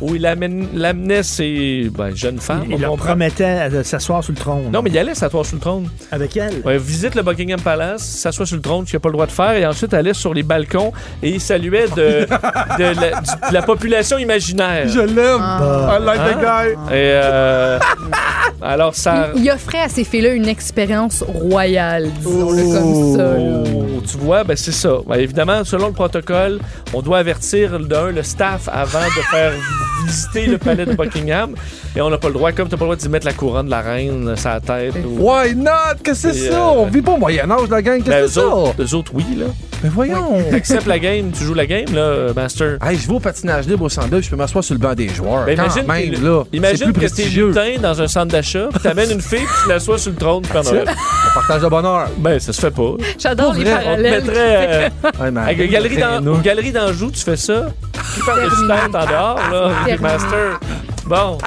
C: où il amène, l'amenait ses ben, jeunes femmes.
D: Il
C: on
D: leur
C: comprend.
D: promettait euh, de s'asseoir sur le trône.
C: Non, mais il allait s'asseoir sur le trône.
D: Avec elle.
C: Ouais, visite le Buckingham Palace, s'assoit sur le trône, ce qu'il n'a pas le droit de faire, et ensuite allait sur les balcons et il saluait de, de la, du- de la population imaginaire.
F: Je l'aime.
E: Ah.
F: I like the guy.
C: Et euh, alors ça.
F: Oh.
E: Il, il offrait à ces filles-là une expérience royale, disons-le comme ça. là.
C: show, tu vois, ben c'est ça. Ben, évidemment, selon le protocole, on doit avertir d'un le staff avant de faire visiter le palais de Buckingham. Et on n'a pas le droit, comme tu n'as pas le droit d'y mettre la couronne de la reine sur la tête. ou-
F: Why not? Qu'est-ce que c'est
C: Et,
F: ça?
C: euh,
F: On vit pas au Moyen-Âge, la gang.
C: Ben,
F: Qu'est-ce que
C: eux,
F: c'est ça?
C: autres, eux autres, oui, là.
F: Mais voyons.
C: Accepte la game, tu joues la game, là, euh, Master.
F: Hey, je vais au patinage libre au centre je peux m'asseoir sur le banc des joueurs.
C: Ben,
F: Quand
C: imagine
F: même,
C: que,
F: là, c'est
C: imagine
F: plus
C: que t'es
F: prestigieux.
C: lutin dans un centre d'achat, puis t'amènes une fille, puis tu l'assois sur le trône du Père Noël.
F: On partage le bonheur.
C: Ben, ça se fait pas.
E: J'adore les
F: Pour vrai, on te
C: On te
E: parallèles.
C: mettrait euh,
F: Ouais, mais-
C: avec une galerie d'en-
F: Nous.
C: une galerie d'Anjou, tu fais ça. Tu parles de stand en dehors, là,
E: Ah,
C: avec les Master. Bon.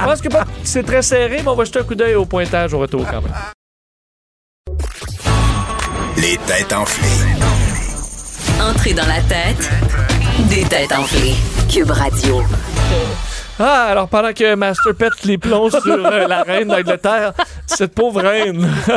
C: Je pense que pas- c'est très serré, mais on va jeter un coup d'œil au pointage au retour quand même.
B: Les têtes enflées.
A: Entrée dans la tête des têtes enflées. Cube Radio.
C: Ah, alors pendant que Master pète les plombs sur euh, la reine d'Angleterre, cette pauvre reine.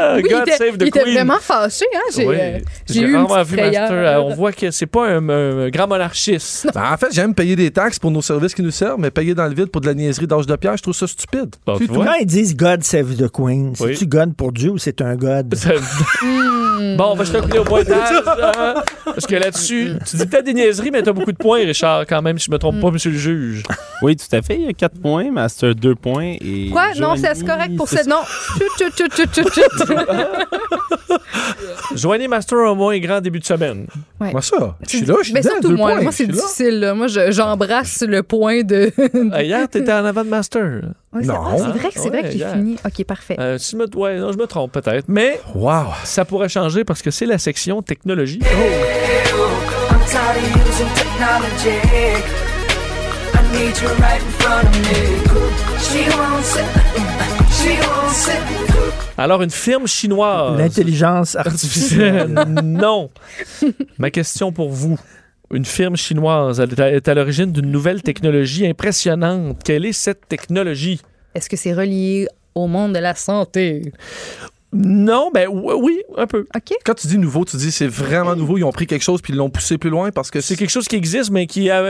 C: Ah,
E: Oui,
C: God
E: il était,
C: save the
E: il était
C: queen.
E: vraiment fâché, hein? J'ai
C: Oui.
E: euh, j'ai
C: J'ai
E: eu une
C: rarement
E: petite
C: vu Master.
E: frayeur.
C: euh, On voit que c'est pas un, un grand monarchiste.
F: Ben, en fait, j'aime payer des taxes pour nos services qui nous servent, mais payer dans le vide pour de la niaiserie d'âge de pierre, je trouve ça stupide.
C: Bon,
F: C'est
C: tu
F: tout.
C: vois.
D: Quand ils disent God save the Queen,
C: Oui.
D: c'est-tu God pour Dieu ou c'est un God?
E: Hmm.
C: bon, on va jeter un coup d'œil au pointage. hein, parce que là-dessus, tu dis peut-être des niaiseries, mais t'as beaucoup de points, Richard, quand même, si je me trompe
E: Hmm.
C: pas, monsieur le juge.
G: Oui, tout à fait. Il y a 4 points, Master 2 points et.
E: Quoi? Non,
G: Joanie,
E: c'est c'est correct pour
G: c'est
E: cette. Non. Chut, chut, chut, chut, chut, chut.
C: Joignez Master au moins grand début de semaine.
F: Moi, ça, je suis là, je suis
E: Mais
F: dedans,
E: ben, surtout
F: deux
E: moi,
F: points,
E: moi
F: je
E: c'est
F: suis là.
E: difficile. là. Moi, je- j'embrasse le point de.
C: Euh, hier, t'étais en avant de Master.
E: Ouais, c'est-
F: Non.
E: ah, c'est vrai que c'est vrai
C: Ouais,
E: que j'ai
C: yeah.
E: fini. OK, parfait.
C: Euh, si je me, ouais, non, je me trompe peut-être. Mais
F: Wow.
C: ça pourrait changer parce que c'est la section technologie. Alors, une firme chinoise.
D: L'intelligence artificielle.
C: non. Ma question pour vous. Une firme chinoise elle est à- est à l'origine d'une nouvelle technologie impressionnante. Quelle est cette technologie?
E: Est-ce que c'est relié au monde de la santé?
C: Non, ben ou- oui, un peu.
E: OK.
F: Quand tu dis nouveau, tu dis c'est vraiment nouveau, ils ont pris quelque chose puis ils l'ont poussé plus loin parce que
C: C'est
F: c'est
C: quelque chose qui existe, mais qui a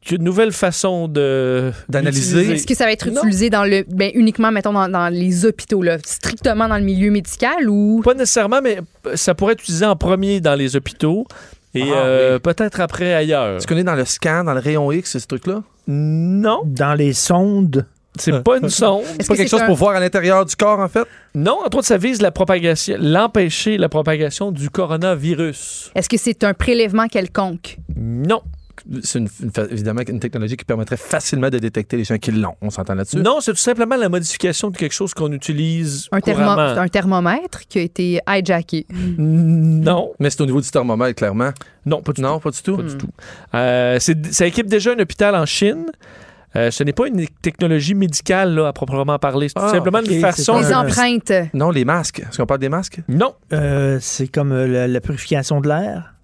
C: qui a une nouvelle façon de
F: D'analyser.
C: d'utiliser.
E: Est-ce que ça va être
C: Non.
E: utilisé dans le, ben, uniquement, mettons, dans, dans les hôpitaux, là, strictement dans le milieu médical ou.
C: Pas nécessairement, mais ça pourrait être utilisé en premier dans les hôpitaux et
F: Ah,
C: euh, peut-être après ailleurs.
F: Tu connais dans le scan, dans le rayon X, ce truc-là?
C: Non,
D: Dans les sondes.
C: c'est pas une sonde.
E: Est-ce
F: Pas
E: que
F: quelque
E: c'est
F: chose pour voir à l'intérieur du corps, en fait?
C: Non, entre autres, ça vise la propagation, l'empêcher la propagation du coronavirus.
E: Est-ce que c'est un prélèvement quelconque?
C: Non,
F: C'est une- une fa- évidemment une technologie qui permettrait facilement de détecter les gens qui l'ont. On s'entend là-dessus?
C: non, c'est tout simplement la modification de quelque chose qu'on utilise
E: Un, thermo-
C: couramment.
E: un thermomètre qui a été hijacké.
C: Non,
F: Mais c'est au niveau du thermomètre, clairement.
C: non, pas du
F: Non, pas du tout.
C: Pas
E: Hmm.
C: du tout. Euh, c'est- ça équipe déjà un hôpital en Chine. Euh, ce n'est pas une technologie médicale là, à proprement parler. C'est tout
F: Ah,
C: simplement
D: ok,
C: une
D: c'est
C: façon.
E: Les
D: un-
E: empreintes.
F: Non, les masques. Est-ce qu'on parle des masques?
C: Non,
D: Euh, c'est comme euh, la, la purification de l'air.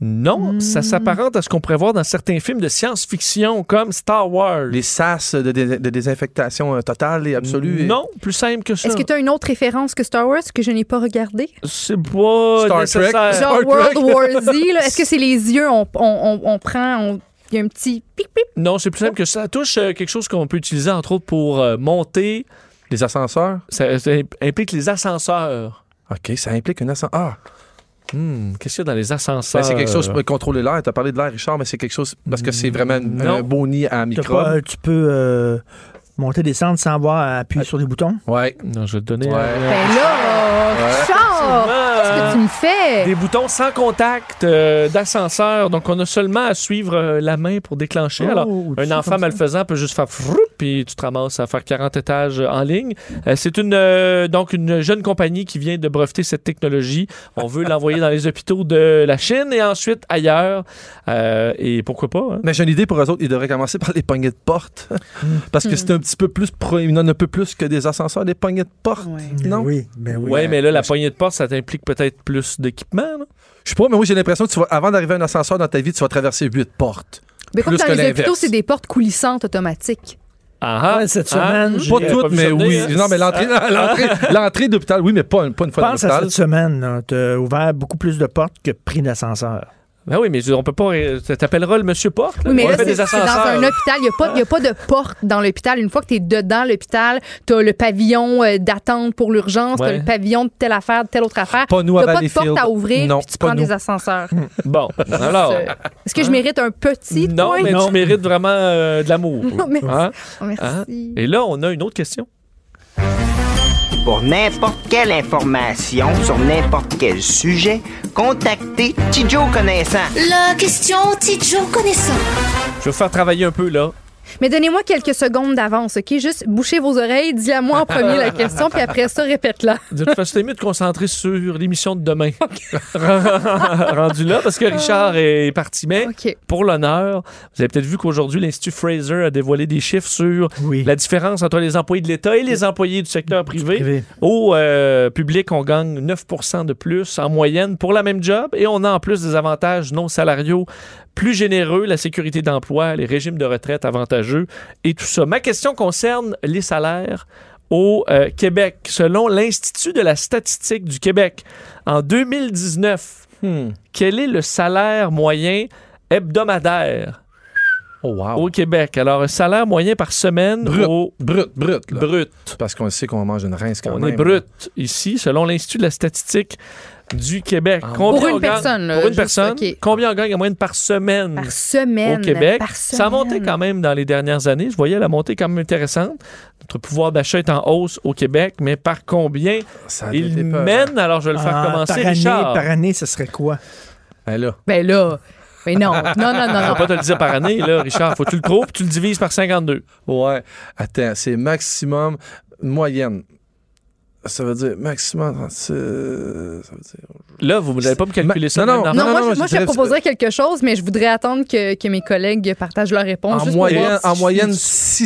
C: non,
E: Hmm.
C: ça s'apparente à ce qu'on pourrait voir dans certains films de science-fiction comme Star Wars.
F: Les sas de, dé- de désinfectation euh, totale et absolue? et-
C: Non, plus simple que ça.
E: Est-ce que tu as une autre référence que Star Wars que je n'ai pas regardée?
C: C'est pas
F: Star
C: nécessaire.
F: Trek.
E: Genre
F: Euh, Star
E: World
F: Trek.
E: War Z, là. Est-ce que c'est les yeux? On, on- on- on prend. on- Il y a un petit pic pic.
C: Non, c'est plus simple que ça. Ça touche euh, quelque chose qu'on peut utiliser entre autres pour euh, monter.
F: Les ascenseurs?
C: Ça, ça implique les ascenseurs.
F: OK, ça implique une ascenseur. Ah! Hmm.
C: Qu'est-ce qu'il y a dans les ascenseurs
F: Ben, c'est quelque
C: euh,
F: chose pour contrôler l'air. Tu as parlé de l'air, Richard, mais c'est quelque chose parce que c'est vraiment un-
C: Non.
F: un beau nid à
D: T'as
F: microbes.
D: pas- euh, tu peux euh, monter, descendre sans avoir à
C: Ah.
D: appuyer sur des boutons.
F: Ouais.
C: Non, je vais te donner.
F: Ouais.
C: euh,
E: Ben là, Richard! Qu'est-ce que tu me fais?
C: Des boutons sans contact euh, d'ascenseur. Donc, on a seulement à suivre euh, la main pour déclencher.
D: Oh,
C: Alors,
D: ou
C: un
D: tu
C: enfant
D: comme ça.
C: malfaisant peut juste faire frou, puis tu te ramasses à faire 40 étages euh, en ligne. Euh, c'est une euh, donc une jeune compagnie qui vient de breveter cette technologie. On veut l'envoyer dans les hôpitaux de la Chine et ensuite ailleurs. Euh, et pourquoi pas? hein?
F: Mais j'ai une idée pour eux autres. Ils devraient commencer par les poignées de porte. Parce que c'est un petit peu plus. pro- Il y en a un peu plus que des ascenseurs, des poignées de porte. Non?
D: Oui, ben oui.
C: Ouais, mais là, la poignée de porte, ça t'implique peut-être plus d'équipement. là.
F: Je sais pas, mais moi, j'ai l'impression que tu vas, avant d'arriver à un ascenseur dans ta vie, tu vas traverser huit portes.
E: Mais Ben, comme
F: Plus
E: dans
F: que
E: les
F: l'inverse.
E: hôpitaux, c'est des portes coulissantes automatiques.
C: Ah,
D: Ouais, cette semaine, j'ai-
F: Pas
C: j'ai
F: toutes,
C: vu
F: mais
C: ça venir,
F: oui.
C: hein.
F: Non, mais l'entrée, l'entrée, l'entrée d'hôpital, oui, mais pas une, pas une fois dans
D: Pense à
F: l'hôpital.
D: cette semaine. Tu as ouvert beaucoup plus de portes que prix d'ascenseur.
C: Ben oui, mais je- on peut pas. euh, T'appelleras le monsieur Porte. là.
E: Oui, mais
C: on
E: là,
C: fait
E: c'est
C: des
E: c'est dans
C: ascenseurs.
E: un hôpital. Il n'y a, pas de porte dans l'hôpital. Une fois que tu es dedans l'hôpital, tu as le pavillon euh, d'attente pour l'urgence, tu
C: Ouais.
E: as le pavillon de telle affaire, de telle autre affaire.
F: Pas nous à
E: T'as pas de
F: Valleyfield.
E: porte à ouvrir,
F: Non,
E: puis tu
F: pas
E: prends
F: nous.
E: des ascenseurs.
C: Bon, alors.
E: Euh, Est-ce que je mérite un petit
C: Ah. Hein? Non,
E: point?
C: mais tu mérites vraiment euh, de l'amour.
E: Non, merci.
C: Hein?
E: Oh, merci.
C: Hein? Et là, on a une autre question.
J: Pour n'importe quelle information sur n'importe quel sujet, contactez Tidjo Connaissant.
K: La question Tidjo connaissant.
C: Je vais vous faire travailler un peu, là.
E: Mais donnez-moi quelques secondes d'avance, OK? Juste bouchez vos oreilles, dis à moi en premier la question, puis après ça, répète-la.
C: De toute façon, c'est mieux de concentrer sur l'émission de demain. Rendu là, parce que Richard est parti. Mais
E: Ah. OK.
C: pour l'honneur, vous avez peut-être vu qu'aujourd'hui, l'Institut Fraser a dévoilé des chiffres sur
D: Oui.
C: la différence entre les employés de l'État et les employés du secteur privé.
D: privé.
C: Au euh, public, on gagne 9 de plus en moyenne pour la même job et on a en plus des avantages non salariaux plus généreux, la sécurité d'emploi, les régimes de retraite avantageux et tout ça. Ma question concerne les salaires au euh, Québec. Selon l'Institut de la statistique du Québec, en 2019, hmm, quel est le salaire moyen hebdomadaire
F: Oh, wow.
C: au Québec? Alors, un salaire moyen par semaine
F: Brut.
C: au
F: Brut, brut, là.
C: brut.
F: Parce qu'on sait qu'on mange une rince quand
C: On
F: même.
C: est brut ici, selon l'Institut de la statistique du Québec.
F: Ah.
C: Combien
E: Pour une
C: on gagne-
E: personne, là,
C: pour une
E: juste,
C: personne,
E: ok.
C: combien on gagne en moyenne par semaine
E: Par semaine.
C: au Québec?
E: Par
C: Ça a monté
E: semaine.
C: quand même dans les dernières années. Je voyais la montée quand même intéressante. Notre pouvoir d'achat est en hausse au Québec, mais par combien
F: Ça a été
C: il
F: peur.
C: mène? Alors, je vais le faire
D: Ah,
C: commencer,
D: par année,
C: Richard.
D: par année, ce serait quoi?
F: Ben là.
E: Ben là, mais non, non, non,
C: On
E: non, non.
C: va pas te le dire par année, là, Richard. Faut que tu le trouves, puis tu le divises par 52.
F: Ouais. Attends, c'est maximum moyenne. Ça veut dire maximum 36. Ça veut dire.
C: Là, vous n'allez pas me calculer
F: Ma-
C: ça.
F: non,
C: même dans-
E: Non,
F: non,
E: moi,
F: non,
E: je-
F: moi,
E: moi,
F: je
E: je te
F: dirais-
E: proposerais quelque chose, mais je voudrais attendre que, que mes collègues partagent leur réponse.
F: en
E: juste pour
F: moyenne,
E: voir si
F: en
E: je-
F: moyenne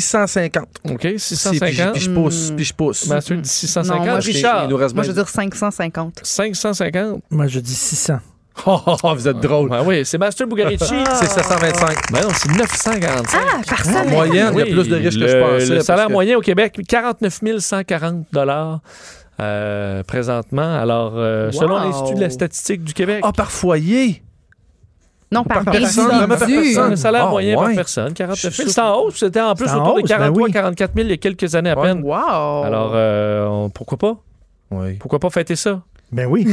F: 650.
C: OK,
F: Puis je-
C: 650.
F: Puis je pousse, puis je pousse.
C: Mathieu dit
E: Non, moi,
C: 650.
E: je-
F: Il
C: Richard,
F: nous reste
E: Moi, je
F: bien-
E: veux dire 550.
C: 550.
D: Moi, je dis 600.
F: Oh, oh, oh, vous êtes drôle.
C: Ouais, Ben oui, c'est Master Bugarici.
F: C'est 725.
C: Ben non, c'est 945.
E: Ah, par semaine.
F: En moyenne, il y a plus de riches que je pensais.
C: Le
F: parce
C: salaire
F: que-
C: moyen au Québec, 49 140 dollars euh, présentement. Alors, euh, selon l'Institut de la statistique du Québec,
F: Ah, par foyer.
E: Non, par,
F: Par personne, vraiment par
E: individu.
C: le
F: personne.
C: salaire
F: Ah,
C: moyen par
F: ouais.
C: personne, 49 000.
F: Je suis
C: C'est en hausse. C'était en plus
D: C'est en
C: autour de
D: hausse, ben
C: 43 000,
D: oui.
C: 44 000 il y a quelques années à
F: Ouais.
C: peine.
E: Wow.
C: Alors, euh, on- pourquoi pas?
F: Oui.
C: Pourquoi pas fêter ça?
D: Ben oui.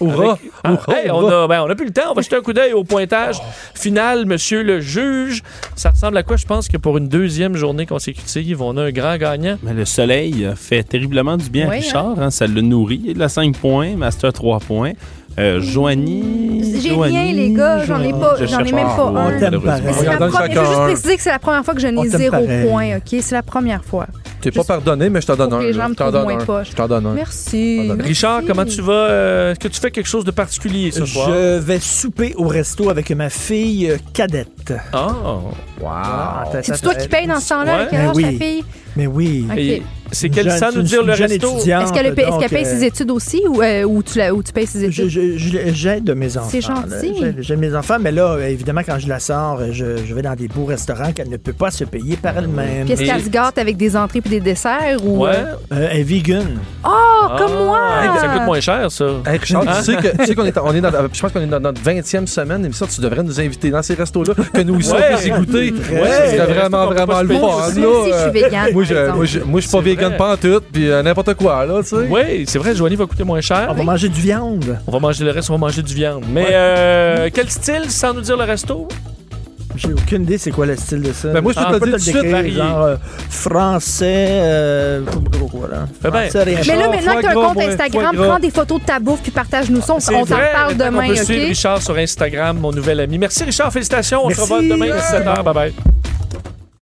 F: Hourra.
C: Ah,
F: Hourra,
C: hey, on
F: hourra.
C: n'a ben, on a plus le temps. On va jeter un coup d'œil au
F: Oh.
C: pointage final, monsieur le juge. Ça ressemble à quoi? Je pense que pour une deuxième journée consécutive, on a un grand gagnant.
G: Mais le soleil euh, fait terriblement du bien à
E: Oui,
G: Richard. hein, ça le nourrit. Il a 5 points, Master 3 points. Euh, Joanie.
E: J'ai
G: Joanie,
E: rien, les gars. J'en ai
G: Joanie.
E: pas- j'en
G: Je
E: ai
G: cherche
E: même pas
G: mot,
E: un.
D: On t'aime
G: malheureusement.
E: Mais c'est la
F: Regardons
E: première- Je veux juste
F: chacun.
E: préciser que c'est la première fois que je
D: On
E: n'ai
D: t'aime
E: zéro
D: pareil.
E: point, OK? C'est la première fois.
F: T'es
E: Juste
F: pas pardonné, mais je t'en donne
E: pour que
F: un.
E: les
F: là.
E: gens
F: Je
E: me
F: t'en
E: trouvent
F: donne
E: moins
F: un.
E: poche.
F: Je t'en donne un.
E: Merci.
F: Pardon.
E: merci.
C: Richard, comment tu vas? Euh, Est-ce que tu fais quelque chose de particulier ce soir?
D: Je vais souper au resto avec ma fille euh, cadette.
C: Ah.
F: Wow.
E: C'est toi qui paye dans ce temps-là,
C: Ouais.
E: avec quel âge
D: Ben
E: ta
D: oui.
E: fille?
D: Mais oui.
E: Ok.
C: Et C'est
D: Une
C: quel
D: jeune-
C: sang nous
D: une-
C: dire le
D: une jeune
C: resto?
D: étudiante,
E: Est-ce qu'elle paye, est-ce
D: donc,
E: qu'elle paye
D: euh,
E: ses études aussi ou, euh, ou tu, la, ou tu payes ses études?
D: je, je- je- j'aide mes enfants.
E: C'est
D: là.
E: gentil.
D: J'aide- J'aide mes enfants, mais là, évidemment, quand je la sors, je, je vais dans des beaux restaurants qu'elle ne peut pas se payer par elle-même.
E: Puis est-ce qu'elle se gâte avec des entrées puis des desserts? Ou...
C: Ouais.
E: euh,
D: Euh, elle est vegan.
E: Oh, comme
C: Ah,
E: moi!
C: Ça coûte moins cher, ça. Hein?
F: Hey, Richard, tu sais que- tu sais qu'on est, on est dans, la- je pense qu'on est dans notre 20e semaine, et ça, tu devrais nous inviter dans ces restos-là, que nous y
C: Ouais.
F: puissions écouter.
C: Ouais.
F: Ça
C: Les restos
F: serait vraiment,
C: qu'on peut
F: vraiment
C: pas se
F: le
C: payer
F: fun.
E: Moi
C: aussi.
E: aussi,
F: là,
E: je suis
F: euh,
E: végane,
F: Moi,
E: par
F: je,
E: exemple.
F: moi, je, moi, je suis pas
C: C'est
F: vegan
C: vrai.
F: pantoute, puis euh, n'importe quoi, là, tu sais.
C: Oui, c'est vrai, Joanie va coûter moins cher.
D: On va manger du viande.
C: On va manger le reste, on va manger du viande. Mais euh, quel style, sans nous dire le resto?
D: J'ai aucune idée c'est quoi le style de ça.
F: Ben, moi, je peux
D: Ah,
F: te
D: on
F: le
D: peut
F: dire tout de suite,
D: décrire,
C: varié.
D: genre, euh, français, euh, pas beaucoup, quoi, là.
C: Eh ben,
D: Français, rien.
E: Mais là, maintenant
C: Foie
E: que tu as un
C: gras,
E: compte
C: ouais,
E: Instagram,
C: foie gras.
E: prends des photos de ta bouffe puis partage-nous ça. On,
C: C'est
E: on t'en
C: vrai,
E: parle
C: maintenant qu'on
E: demain,
C: peut suivre
E: OK?
C: Richard sur Instagram, mon nouvel ami. Merci Richard, félicitations. On se
D: Merci.
C: revoit demain à 17h. Bye bye.